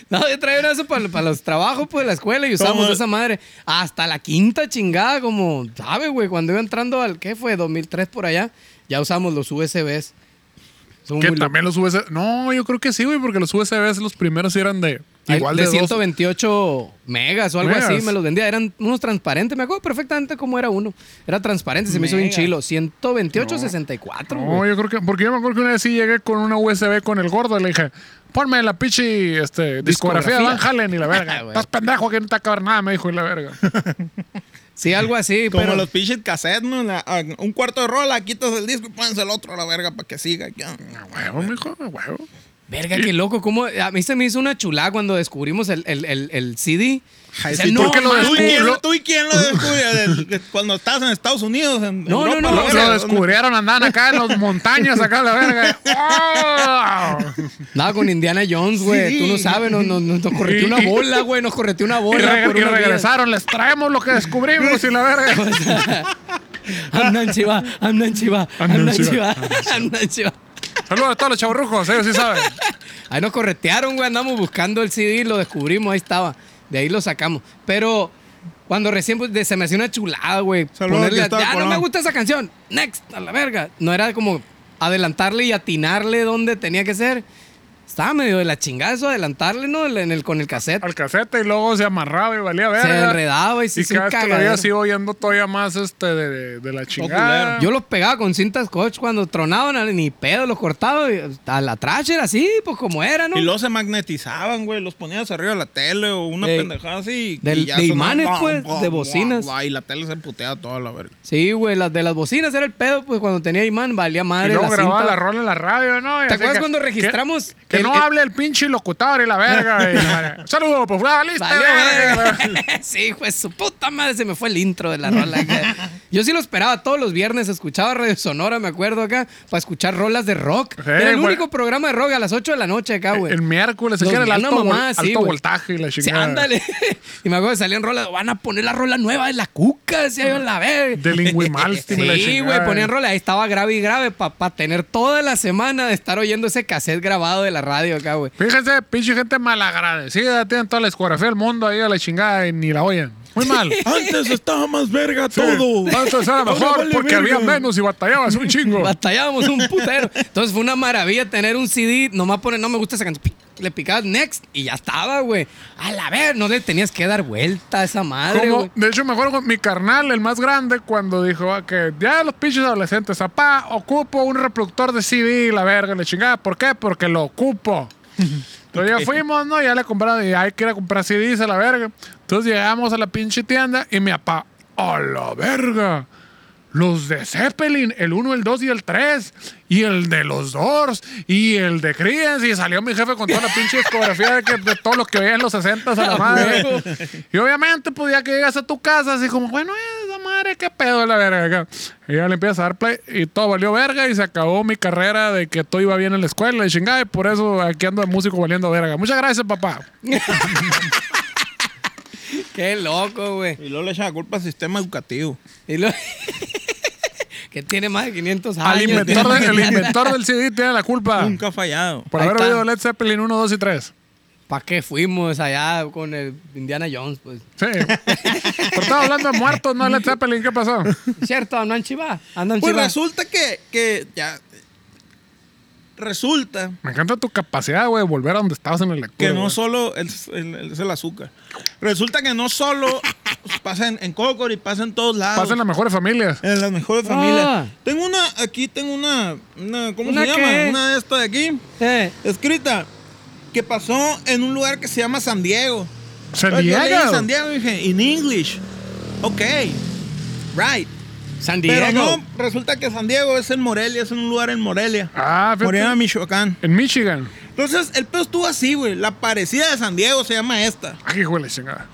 [SPEAKER 3] No, yo traía eso para, para los trabajos, pues, de la escuela y usábamos
[SPEAKER 4] Como-
[SPEAKER 3] esa madre. Hasta la quinta chingada, como, ¿sabes, güey? Cuando iba entrando al, ¿qué fue? 2003 por allá, ya usamos los USBs. Son
[SPEAKER 2] que
[SPEAKER 3] muy locos.
[SPEAKER 2] también los USB. No, yo creo que sí, güey, porque los USBs los primeros sí eran de.
[SPEAKER 3] Ay,
[SPEAKER 2] Igual
[SPEAKER 3] de,
[SPEAKER 2] de, dos-
[SPEAKER 3] 128 megas o algo así,
[SPEAKER 2] Megas.
[SPEAKER 3] me los vendía. Eran unos transparentes, me acuerdo perfectamente cómo era uno. Era transparente, se me hizo bien
[SPEAKER 4] Megas.
[SPEAKER 3] chilo. 128, 64, güey.
[SPEAKER 2] No, yo creo que. Porque yo me acuerdo que una vez sí llegué con una USB con el gordo y le dije, ponme la pinche este, discografía de Van Halen y la verga.
[SPEAKER 3] Güey.
[SPEAKER 2] Estás pendejo que no te va a caber nada, me dijo y la verga.
[SPEAKER 3] Sí, algo así,
[SPEAKER 4] Como
[SPEAKER 3] pero...
[SPEAKER 4] los pinches cassettes, ¿no? La- ah, un cuarto de rola, quitas el disco y pones el otro a la verga para que siga. ya.
[SPEAKER 2] A "Ah, huevo, mijo, a huevo.
[SPEAKER 3] Verga, qué loco. ¿cómo? A mí se me hizo una chulada cuando descubrimos el, el, el, el CD.
[SPEAKER 4] Ay,
[SPEAKER 3] Dice,
[SPEAKER 4] sí,
[SPEAKER 3] no,
[SPEAKER 4] tú, que lo
[SPEAKER 3] mames,
[SPEAKER 4] descu- quién,
[SPEAKER 2] lo-
[SPEAKER 4] tú y quién lo descubrió? El- el- Cuando estabas en Estados Unidos, en
[SPEAKER 3] No, no,
[SPEAKER 4] Europa, la
[SPEAKER 3] no,
[SPEAKER 2] Lo,
[SPEAKER 4] verga,
[SPEAKER 2] lo
[SPEAKER 4] ¿dónde?
[SPEAKER 2] descubrieron andaban acá en las montañas, acá la verga. ¡Wow!
[SPEAKER 3] Nada, con Indiana Jones, güey.
[SPEAKER 4] Sí.
[SPEAKER 3] Tú no sabes, nos, nos, nos correteó una bola, güey. Nos correteó una
[SPEAKER 2] Y,
[SPEAKER 3] bola.
[SPEAKER 2] reg-
[SPEAKER 3] por
[SPEAKER 2] y
[SPEAKER 3] unos días.
[SPEAKER 2] regresaron, les traemos lo que descubrimos y la verga.
[SPEAKER 3] Pues, I'm not Chiva, I'm not Chiva,
[SPEAKER 2] I'm
[SPEAKER 3] I'm
[SPEAKER 2] not
[SPEAKER 3] not
[SPEAKER 2] Shiva.
[SPEAKER 3] Chiva, I'm not Chiva.
[SPEAKER 2] Saludos a todos los chavorrucos, ellos sí saben.
[SPEAKER 3] Ahí nos corretearon, güey. Andamos buscando el CD, lo descubrimos, ahí estaba. De ahí lo sacamos. Pero cuando recién pues, de- se me hacía una chulada, güey.
[SPEAKER 4] Saludos,
[SPEAKER 3] Ponerle,
[SPEAKER 4] aquí está
[SPEAKER 3] ah, no
[SPEAKER 4] Colón".
[SPEAKER 3] me gusta esa canción. Next, a la verga. No era como adelantarle y atinarle donde tenía que ser. Estaba medio de la chingada eso, adelantarle, ¿no? En el, con el cassette.
[SPEAKER 2] Al casete y luego se amarraba y valía verga.
[SPEAKER 3] Se enredaba y se
[SPEAKER 2] Y
[SPEAKER 3] hizo un
[SPEAKER 2] cada vez que lo veía
[SPEAKER 3] cagadero.
[SPEAKER 2] sigo oyendo todavía más este de, de- de la chingada.
[SPEAKER 4] culero.
[SPEAKER 3] Yo los pegaba con cintas coach cuando tronaban, ni pedo, los cortaba. y A la trasher así, pues como era, ¿no?
[SPEAKER 4] Y luego se magnetizaban, güey. Los ponías arriba de la tele o una
[SPEAKER 3] Ey.
[SPEAKER 4] pendejada así. y
[SPEAKER 3] Del-
[SPEAKER 4] ya
[SPEAKER 3] de
[SPEAKER 4] sonaba,
[SPEAKER 3] imanes,
[SPEAKER 4] guau,
[SPEAKER 3] pues,
[SPEAKER 4] guau,
[SPEAKER 3] de
[SPEAKER 4] guau,
[SPEAKER 3] bocinas.
[SPEAKER 4] guau, Y la tele se puteaba toda la verga.
[SPEAKER 3] Sí, güey, las de las bocinas era el pedo, pues cuando tenía imán valía
[SPEAKER 2] Y
[SPEAKER 3] madre
[SPEAKER 2] luego
[SPEAKER 3] la
[SPEAKER 2] grababa
[SPEAKER 3] cinta.
[SPEAKER 2] la rola en la radio, ¿no? Y así
[SPEAKER 3] ¿Te acuerdas
[SPEAKER 2] que-
[SPEAKER 3] cuando
[SPEAKER 2] que-
[SPEAKER 3] registramos
[SPEAKER 2] Que,
[SPEAKER 3] el-
[SPEAKER 2] no
[SPEAKER 3] el-
[SPEAKER 2] hable el pinche locutor y la verga. y la verga. Saludos, pues, ah, lista,
[SPEAKER 3] Valió
[SPEAKER 2] verga.
[SPEAKER 3] verga. sí, güey, su puta madre se me fue el intro de la rola. que- Yo sí lo esperaba todos los viernes, escuchaba Radio Sonora, me acuerdo acá, para escuchar rolas de rock.
[SPEAKER 2] Sí,
[SPEAKER 3] era el
[SPEAKER 2] güey. E-
[SPEAKER 3] único programa de rock a las 8 de la noche acá, güey.
[SPEAKER 2] El miércoles,
[SPEAKER 3] Los
[SPEAKER 2] que era el
[SPEAKER 3] vi
[SPEAKER 2] alto,
[SPEAKER 3] una mamá
[SPEAKER 2] vol-
[SPEAKER 3] así,
[SPEAKER 2] alto
[SPEAKER 3] güey.
[SPEAKER 2] voltaje y la
[SPEAKER 3] Sí,
[SPEAKER 2] chingada.
[SPEAKER 3] ándale. Y me acuerdo que salían rolas, van a poner la rola nueva de la cuca, decía yo, la verga.
[SPEAKER 2] De Lingui Malstin y la
[SPEAKER 3] Sí,
[SPEAKER 2] chingada.
[SPEAKER 3] güey, ponían rola. Ahí estaba grave y grave para tener toda la semana de estar oyendo ese cassette grabado de la radio acá, güey.
[SPEAKER 2] Fíjense, pinche gente malagradecida. Tienen toda la escografía del mundo ahí a la chingada y ni la oyen. Muy mal.
[SPEAKER 4] Antes estaba más verga todo.
[SPEAKER 2] Antes era mejor
[SPEAKER 4] Ahora vale
[SPEAKER 2] porque había
[SPEAKER 4] verga.
[SPEAKER 2] menos y batallabas un chingo.
[SPEAKER 3] Batallábamos un putero. Entonces fue una maravilla tener un CD. Nomás poner, no me gusta esa canción. pi, Le picabas next y ya estaba, güey. A la ver, no le tenías que dar vuelta a esa madre,
[SPEAKER 2] Como-
[SPEAKER 3] güey.
[SPEAKER 2] de hecho, mejor mi carnal, el más grande, cuando dijo ah, que ya los pinches adolescentes, apá, ocupo un reproductor de CD, la verga, la chingada. ¿Por qué? Porque lo ocupo. Entonces ya fuimos, ¿no? Ya le compraron, y hay que ir a comprar CDs a la verga. Entonces llegamos a la pinche tienda y mi papá, a la verga. Los de Zeppelin, el 1, el 2 y el 3, y el de los Doors, y el de Creedence, y salió mi jefe con toda la pinche discografía de, que, de todo lo que veía en los 60 a la madre.
[SPEAKER 3] huevo.
[SPEAKER 2] Y obviamente, pues ya que llegas a tu casa, así como, bueno, eh, esa madre madre, qué pedo de la verga. acá. Y ya le empieza a dar play y todo valió verga y se acabó mi carrera de que todo iba bien en la escuela y chingada. Y por eso aquí ando de músico valiendo verga. Muchas gracias, papá.
[SPEAKER 3] Qué loco, güey.
[SPEAKER 4] Y luego le echa la culpa al sistema educativo.
[SPEAKER 3] Y lo- que tiene más de 500 años.
[SPEAKER 2] Al inventor,
[SPEAKER 3] tiene
[SPEAKER 2] de- el
[SPEAKER 3] 500.
[SPEAKER 2] inventor del CD tiene la culpa
[SPEAKER 4] Nunca ha fallado.
[SPEAKER 2] por
[SPEAKER 3] Ahí
[SPEAKER 2] haber
[SPEAKER 3] está.
[SPEAKER 2] oído Led Zeppelin 1, 2 y 3.
[SPEAKER 3] ¿Para qué fuimos allá con el Indiana Jones? Pues.
[SPEAKER 2] Sí. Pero estaba hablando de muertos, no de Led Zeppelin. ¿Qué pasó?
[SPEAKER 3] ¿Cierto? Andan chivas. Andan
[SPEAKER 4] Pues
[SPEAKER 3] chivas.
[SPEAKER 4] resulta que, que ya. Resulta
[SPEAKER 2] Me encanta tu capacidad, güey, de volver a donde estabas en el lectura.
[SPEAKER 4] que no
[SPEAKER 2] güey.
[SPEAKER 4] solo es el, el- es el azúcar. Resulta que no solo pasa en, en Cocori, pasa en todos lados.
[SPEAKER 2] Pasan las mejores familias.
[SPEAKER 4] En las mejores familias.
[SPEAKER 3] Ah.
[SPEAKER 4] Tengo una, aquí tengo una, una ¿cómo
[SPEAKER 3] ¿Una
[SPEAKER 4] se llama?
[SPEAKER 3] qué?
[SPEAKER 4] Una de estas de aquí,
[SPEAKER 3] Eh,
[SPEAKER 4] escrita, que pasó en un lugar que se llama San Diego.
[SPEAKER 2] San
[SPEAKER 4] Entonces, yo leí
[SPEAKER 2] Diego.
[SPEAKER 4] San Diego y dije, in English. Ok, right.
[SPEAKER 3] San Diego.
[SPEAKER 4] Pero no, resulta que San Diego es en Morelia, es en un lugar en Morelia.
[SPEAKER 2] Ah, fíjate.
[SPEAKER 4] Morelia, Michoacán.
[SPEAKER 2] En Michigan.
[SPEAKER 4] Entonces, el pedo estuvo así, güey. La parecida de San Diego se llama esta.
[SPEAKER 2] Ay, hijo de la chingada.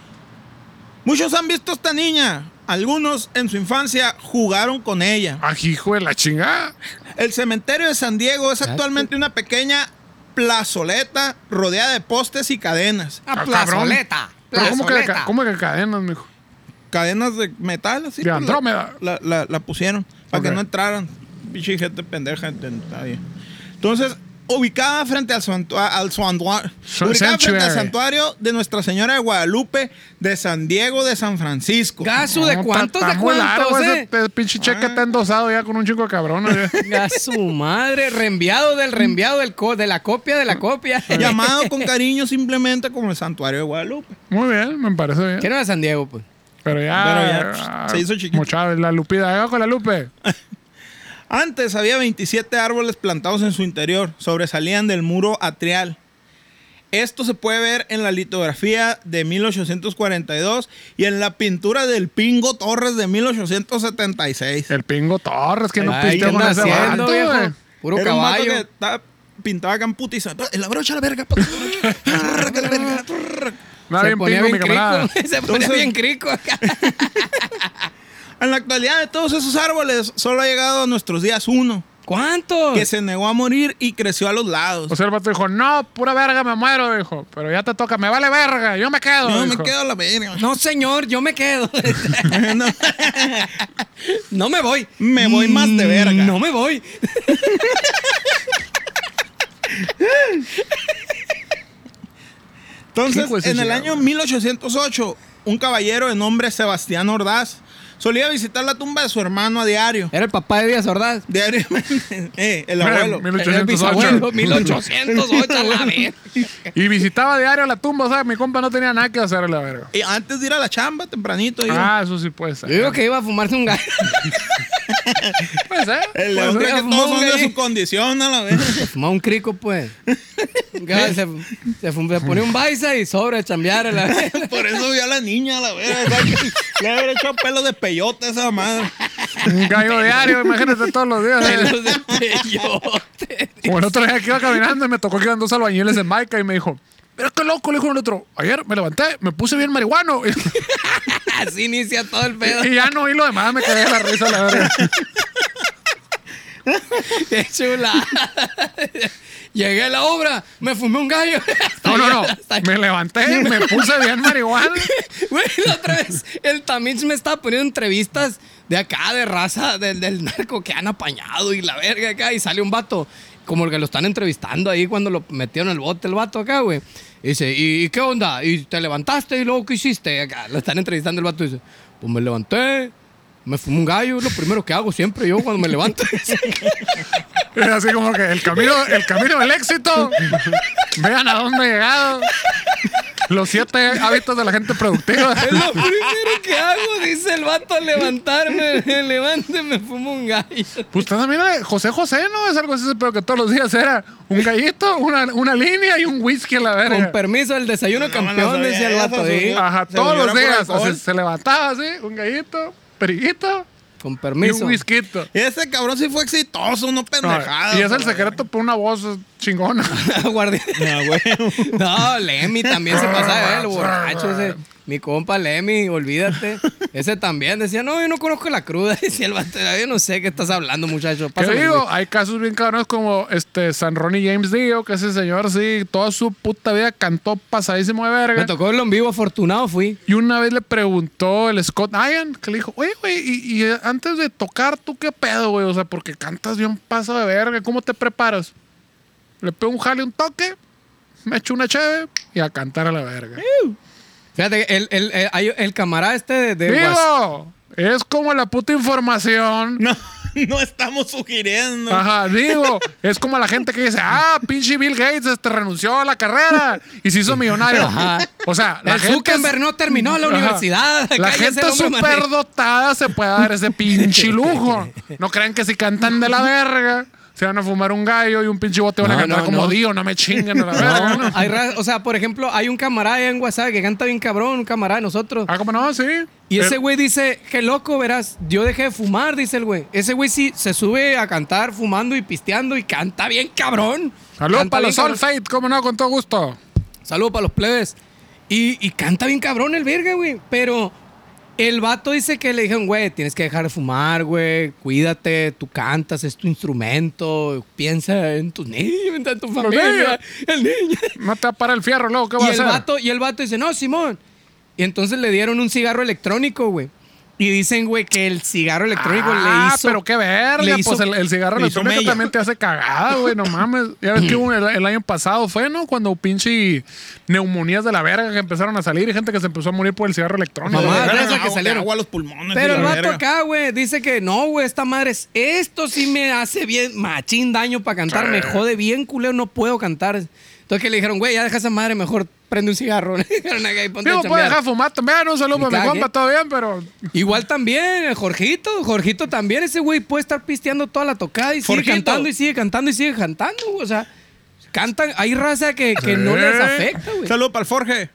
[SPEAKER 4] Muchos han visto a esta niña. Algunos en su infancia jugaron con ella.
[SPEAKER 2] Ay, hijo de la chingada.
[SPEAKER 4] El cementerio de San Diego es actualmente una pequeña plazoleta rodeada de postes y cadenas.
[SPEAKER 3] Ah,
[SPEAKER 2] Ah,
[SPEAKER 3] plazoleta.
[SPEAKER 2] cabrón. Pero ¿cómo que,
[SPEAKER 3] plazoleta.
[SPEAKER 2] ¿cómo que cadenas, mijo?
[SPEAKER 4] Cadenas de metal, así.
[SPEAKER 2] De
[SPEAKER 4] pues, la-
[SPEAKER 2] Andrómeda.
[SPEAKER 4] La, la- la pusieron para
[SPEAKER 2] Ok.
[SPEAKER 4] que no entraran. Pinche gente pendeja. gente, está bien. Entonces, ubicada frente al, santua- al santua-
[SPEAKER 2] Sa-
[SPEAKER 4] ubicada frente al
[SPEAKER 2] sanctuary.
[SPEAKER 4] santuario de Nuestra Señora de Guadalupe de San Diego de San Francisco.
[SPEAKER 3] Gasu, ¿de
[SPEAKER 2] No,
[SPEAKER 3] cuántos?
[SPEAKER 2] está-
[SPEAKER 3] ¿De
[SPEAKER 2] está muy largo
[SPEAKER 3] cuántos,
[SPEAKER 2] ese
[SPEAKER 3] eh?
[SPEAKER 2] pe- pinche
[SPEAKER 4] Ah.
[SPEAKER 2] cheque está endosado ya con un chico de cabrón. güey.
[SPEAKER 3] A su madre, reenviado del reenviado del co- de la copia de la copia.
[SPEAKER 4] Llamado con cariño simplemente como el santuario de Guadalupe.
[SPEAKER 2] Muy bien, me parece bien.
[SPEAKER 3] ¿Qué no era San Diego, pues?
[SPEAKER 2] Pero
[SPEAKER 4] Pero
[SPEAKER 2] ya,
[SPEAKER 4] ya,
[SPEAKER 2] ah,
[SPEAKER 4] se hizo chiquito.
[SPEAKER 2] mochado, la Lupita, haga con la Lupe.
[SPEAKER 4] Antes había 27 árboles plantados en su interior, sobresalían del muro atrial. Esto se puede ver en la litografía de 1842 y en la pintura del Pingo Torres de 1876.
[SPEAKER 2] El pingo Torres, que no
[SPEAKER 3] Ay, ¿qué
[SPEAKER 2] piste con
[SPEAKER 3] anda
[SPEAKER 2] ese
[SPEAKER 3] haciendo,
[SPEAKER 2] vato,
[SPEAKER 3] viejo?
[SPEAKER 2] güey.
[SPEAKER 3] Puro
[SPEAKER 4] Era un vato
[SPEAKER 3] caballo.
[SPEAKER 4] que estaba- pintaba acá en putiza. La brocha a la verga. pa- la verga.
[SPEAKER 2] Nada
[SPEAKER 3] Se
[SPEAKER 2] bien
[SPEAKER 3] ponía
[SPEAKER 2] pingo, mi
[SPEAKER 3] bien
[SPEAKER 2] camarada.
[SPEAKER 3] crico. Se ponía
[SPEAKER 4] Entonces-
[SPEAKER 3] bien crico acá.
[SPEAKER 4] En la actualidad de todos esos árboles solo ha llegado a nuestros días uno,
[SPEAKER 3] ¿Cuántos?
[SPEAKER 4] que se negó a morir y creció a los lados.
[SPEAKER 2] O sea, el vato dijo, no, pura verga, me muero, dijo. Pero ya te toca, me vale verga, yo me quedo,
[SPEAKER 4] Yo me
[SPEAKER 2] dijo.
[SPEAKER 4] quedo a la verga.
[SPEAKER 3] No, señor, yo me quedo.
[SPEAKER 4] No.
[SPEAKER 3] No me voy.
[SPEAKER 4] Me voy más de
[SPEAKER 3] Mm,
[SPEAKER 4] verga.
[SPEAKER 3] No me voy.
[SPEAKER 2] Qué hijo de
[SPEAKER 4] Entonces,
[SPEAKER 2] su
[SPEAKER 4] en el
[SPEAKER 2] chingada,
[SPEAKER 4] año
[SPEAKER 2] güey.
[SPEAKER 4] 1808, un caballero de nombre Sebastián Ordaz solía visitar la tumba de su hermano a diario.
[SPEAKER 3] Era el papá de Díaz Ordaz.
[SPEAKER 4] Diariamente, eh, el
[SPEAKER 2] Mira,
[SPEAKER 4] abuelo.
[SPEAKER 2] mira,
[SPEAKER 3] Era el
[SPEAKER 2] 1808.
[SPEAKER 3] bisabuelo, 1808 a la vez.
[SPEAKER 2] Y visitaba diario la tumba, o sea, mi compa no tenía nada que hacer, la verga.
[SPEAKER 4] Y antes de ir a la chamba, tempranito. iba.
[SPEAKER 2] Ah, eso sí puede ser.
[SPEAKER 3] Yo digo que iba a fumarse un gallo.
[SPEAKER 2] Puede ser.
[SPEAKER 4] el
[SPEAKER 3] pues,
[SPEAKER 4] hombre
[SPEAKER 3] era
[SPEAKER 4] que todos son de
[SPEAKER 3] monje.
[SPEAKER 4] su condición a la vez.
[SPEAKER 3] Se fumaba un crico, pues. Un gallo Se, se, fum- se ponía un baisa y sobre a chambear a la vez.
[SPEAKER 4] Por eso vio a la niña a la vez. o sea, que Le habría hecho pelo de peyote a esa madre.
[SPEAKER 2] Un gallo diario, imagínate todos los días. ¿eh?
[SPEAKER 3] Pelos de peyote.
[SPEAKER 2] Como el otro día que iba caminando y me tocó que iban dos albañiles en Maica y me dijo, pero qué loco, le dijo el otro, ayer me levanté, me puse bien marihuano. Y,
[SPEAKER 3] Así inicia todo el pedo.
[SPEAKER 2] y ya no oí lo demás, me cagué de la risa, la verga.
[SPEAKER 3] Qué chula. Llegué a la obra, me fumé un gallo.
[SPEAKER 2] No, no, no.
[SPEAKER 3] Hasta-
[SPEAKER 2] Me levanté, me puse bien marihuana.
[SPEAKER 3] Güey, la otra vez, el Tamich me estaba poniendo entrevistas de acá, de raza, del, del narco que han apañado y la verga acá. Y sale un vato, como el que lo están entrevistando ahí cuando lo metieron al bote el vato acá, güey. Y dice, ¿y, y qué onda? ¿Y te levantaste y luego qué hiciste? Acá lo están entrevistando el vato y dice, pues me levanté. Me fumé un gallo, es lo primero que hago siempre yo cuando me levanto.
[SPEAKER 2] Y así como que el camino, el camino del éxito. Vean a dónde he llegado. Los siete hábitos de la gente productiva.
[SPEAKER 3] Es lo primero que hago, dice el vato al levantarme. Me levanto y me fumo un gallo.
[SPEAKER 2] Pues usted también, eh, José José, ¿no? Es algo así, pero que todos los días era un gallito, una, una línea y un whisky a la
[SPEAKER 3] Con
[SPEAKER 2] verga.
[SPEAKER 3] permiso, el desayuno
[SPEAKER 4] No me la
[SPEAKER 3] campeón,
[SPEAKER 4] sabía
[SPEAKER 3] decía el
[SPEAKER 4] esa,
[SPEAKER 3] vato.
[SPEAKER 4] señor.
[SPEAKER 3] ahí.
[SPEAKER 2] Ajá,
[SPEAKER 4] Se
[SPEAKER 2] todos los
[SPEAKER 4] volvió por
[SPEAKER 2] días. O sea,
[SPEAKER 4] alcohol.
[SPEAKER 2] se levantaba así, un gallito, periguito
[SPEAKER 3] Con
[SPEAKER 2] y
[SPEAKER 3] permiso.
[SPEAKER 2] un whisky.
[SPEAKER 4] Ese cabrón sí fue exitoso, no
[SPEAKER 2] No,
[SPEAKER 4] pendejado.
[SPEAKER 2] y es el secreto por una voz chingona.
[SPEAKER 3] Guardián.
[SPEAKER 4] Ah, güey.
[SPEAKER 3] No, Lemmy también se pasaba, ¿eh? el
[SPEAKER 2] Ah,
[SPEAKER 3] borracho ese. Mi compa Lemmy, olvídate. Ese también decía, no, yo no conozco la cruda. Decía el vato, yo no sé qué estás hablando, muchacho.
[SPEAKER 2] ¿Qué
[SPEAKER 3] Pásame el
[SPEAKER 2] digo?
[SPEAKER 3] whisky".
[SPEAKER 2] Hay casos bien cabrones como este San Ronnie James Dio, que ese señor sí, toda su puta vida cantó pasadísimo de verga.
[SPEAKER 3] Me tocó verlo en vivo, afortunado fui.
[SPEAKER 2] Y una vez le preguntó el Scott Ian, que le dijo, oye, güey, y, y antes de tocar, ¿tú qué pedo, güey? O sea, porque cantas bien paso de verga, ¿cómo te preparas? Le pego un jale, un toque, me echo una cheve y a cantar a la verga.
[SPEAKER 3] Eh, Fíjate, que el, el, el, hay- el camarada este de, de Guas-
[SPEAKER 2] Digo, es como la puta información.
[SPEAKER 4] No, no estamos sugiriendo.
[SPEAKER 2] Ajá, digo, es como la gente que dice, ah, pinche Bill Gates este, renunció a la carrera y se hizo millonario.
[SPEAKER 3] Ajá.
[SPEAKER 2] O sea, la
[SPEAKER 3] el
[SPEAKER 2] gente...
[SPEAKER 3] Zuckerberg no terminó la
[SPEAKER 2] Ajá.
[SPEAKER 3] universidad.
[SPEAKER 2] La
[SPEAKER 3] Cállese,
[SPEAKER 2] gente
[SPEAKER 3] el hombre
[SPEAKER 2] superdotada
[SPEAKER 3] maneja.
[SPEAKER 2] se puede dar ese pinche lujo. No crean que si cantan de la verga, se van a fumar un gallo y un pinche bote van a
[SPEAKER 3] No,
[SPEAKER 2] cantar
[SPEAKER 3] no,
[SPEAKER 2] como
[SPEAKER 3] no.
[SPEAKER 2] Dio, no me chinguen a la verga.
[SPEAKER 3] No,
[SPEAKER 2] ¿no?
[SPEAKER 3] hay ra- o sea, por ejemplo, hay un camarada allá en WhatsApp que canta bien cabrón, un camarada de nosotros.
[SPEAKER 2] Ah, como no, sí.
[SPEAKER 3] Y ese
[SPEAKER 2] Eh,
[SPEAKER 3] güey dice, qué loco, verás, yo dejé de fumar, dice el güey. Ese güey sí se sube a cantar fumando y pisteando y canta bien cabrón.
[SPEAKER 2] Saludos
[SPEAKER 3] Canta
[SPEAKER 2] para
[SPEAKER 3] bien
[SPEAKER 2] los All
[SPEAKER 3] cabrón.
[SPEAKER 2] Fate, como no, con todo gusto.
[SPEAKER 3] Saludos para los plebes. Y, y canta bien cabrón el verga, güey. Pero el vato dice que le dijeron, güey, tienes que dejar de fumar, güey. Cuídate, tú cantas, es tu instrumento. Piensa en tus niños, en tu familia. El niño.
[SPEAKER 2] No te va a parar el fierro, luego, ¿qué va
[SPEAKER 3] Y
[SPEAKER 2] a
[SPEAKER 3] el,
[SPEAKER 2] hacer?
[SPEAKER 3] vato, y el vato dice, no, Simón. Y entonces le dieron un cigarro electrónico, güey. Y dicen, güey, que el cigarro electrónico
[SPEAKER 2] ah,
[SPEAKER 3] le hizo...
[SPEAKER 2] pero qué verga.
[SPEAKER 3] le hizo-
[SPEAKER 2] pues el, el cigarro
[SPEAKER 4] le hizo
[SPEAKER 2] electrónico
[SPEAKER 4] mella.
[SPEAKER 2] también te hace cagada, güey. No mames. Ya ves que hubo el, el año pasado fue, ¿no? Cuando pinche neumonías de la verga que empezaron a salir y gente que se empezó a morir por el cigarro electrónico.
[SPEAKER 3] Mamá,
[SPEAKER 2] güey.
[SPEAKER 4] Agarran
[SPEAKER 3] de esas que
[SPEAKER 4] agua- de
[SPEAKER 3] salieron.
[SPEAKER 4] agua a los pulmones.
[SPEAKER 3] Pero
[SPEAKER 4] y
[SPEAKER 3] el
[SPEAKER 4] la
[SPEAKER 3] vato
[SPEAKER 4] verga.
[SPEAKER 3] acá, güey, dice que no, güey, esta madre es. Esto sí me hace bien, machín daño para cantar. Me jode bien, culero, no puedo cantar. Entonces que le dijeron, güey, ya deja esa madre, mejor prende un cigarro. Le dijeron acá y ponte a
[SPEAKER 2] Digo, pues, puede
[SPEAKER 3] chambear.
[SPEAKER 2] dejar de fumar también. Un saludo
[SPEAKER 3] Me
[SPEAKER 2] para mi
[SPEAKER 3] cagué.
[SPEAKER 2] compa, todo bien, pero.
[SPEAKER 3] Igual también, el Jorgito, Jorgito también, ese güey puede estar pisteando toda la tocada y sigue
[SPEAKER 4] Jorgito.
[SPEAKER 3] cantando y sigue cantando y sigue cantando, güey. O sea, cantan, hay raza que, que no
[SPEAKER 2] Sí.
[SPEAKER 3] les afecta, güey.
[SPEAKER 4] Saludos para el Forge.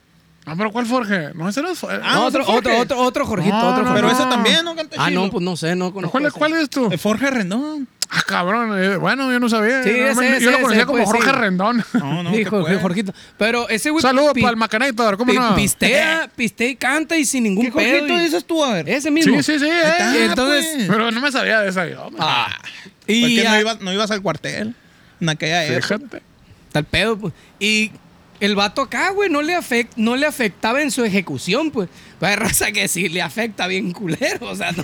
[SPEAKER 2] Ah, pero ¿cuál Jorge? No, ese no es Jorge.
[SPEAKER 4] Ah,
[SPEAKER 3] No, otro,
[SPEAKER 4] otro Jorge.
[SPEAKER 3] otro, otro, otro Jorgito,
[SPEAKER 2] No,
[SPEAKER 3] otro
[SPEAKER 2] no,
[SPEAKER 4] Pero
[SPEAKER 3] Jorgito.
[SPEAKER 4] ese también, ¿no? Canta
[SPEAKER 3] Ah, no,
[SPEAKER 4] chido.
[SPEAKER 3] pues no sé, no conozco.
[SPEAKER 2] ¿Cuál, es-
[SPEAKER 3] ese.
[SPEAKER 2] cuál es tú?
[SPEAKER 4] El Forge Rendón.
[SPEAKER 2] Ah, cabrón. eh, bueno, yo no sabía.
[SPEAKER 3] Sí,
[SPEAKER 2] yo no
[SPEAKER 3] ese,
[SPEAKER 2] me-
[SPEAKER 3] ese,
[SPEAKER 2] yo lo
[SPEAKER 3] ese,
[SPEAKER 2] conocía como
[SPEAKER 3] pues, sí.
[SPEAKER 2] Jorge Rendón.
[SPEAKER 4] No, no.
[SPEAKER 3] Sí,
[SPEAKER 4] qué
[SPEAKER 3] Jorge-
[SPEAKER 4] cueva.
[SPEAKER 3] Jorgito. Pero ese güey.
[SPEAKER 2] Saludos
[SPEAKER 3] pi-
[SPEAKER 2] para el Macanator, ¿cómo
[SPEAKER 3] pi-
[SPEAKER 2] no?
[SPEAKER 3] Pistea, pistea y canta y sin ningún
[SPEAKER 4] ¿Qué
[SPEAKER 3] pedo.
[SPEAKER 4] Jorgito
[SPEAKER 3] y-
[SPEAKER 4] dices tú? A ver.
[SPEAKER 3] Ese mismo.
[SPEAKER 2] este? Sí, sí, sí.
[SPEAKER 4] está,
[SPEAKER 2] eh.
[SPEAKER 3] Y entonces.
[SPEAKER 4] pues.
[SPEAKER 2] Pero no me sabía de esa. yo, man.
[SPEAKER 3] Ah,
[SPEAKER 4] ¿Por
[SPEAKER 3] y
[SPEAKER 4] qué no
[SPEAKER 3] ah,
[SPEAKER 4] ibas, no ibas al cuartel? En aquella
[SPEAKER 3] eh,
[SPEAKER 4] época.
[SPEAKER 2] Fíjate.
[SPEAKER 3] Tal pedo, pues. Y el vato acá, güey, no le, afect, no le afectaba en su ejecución, pues. Pero hay raza que sí le afecta bien culero, o sea, no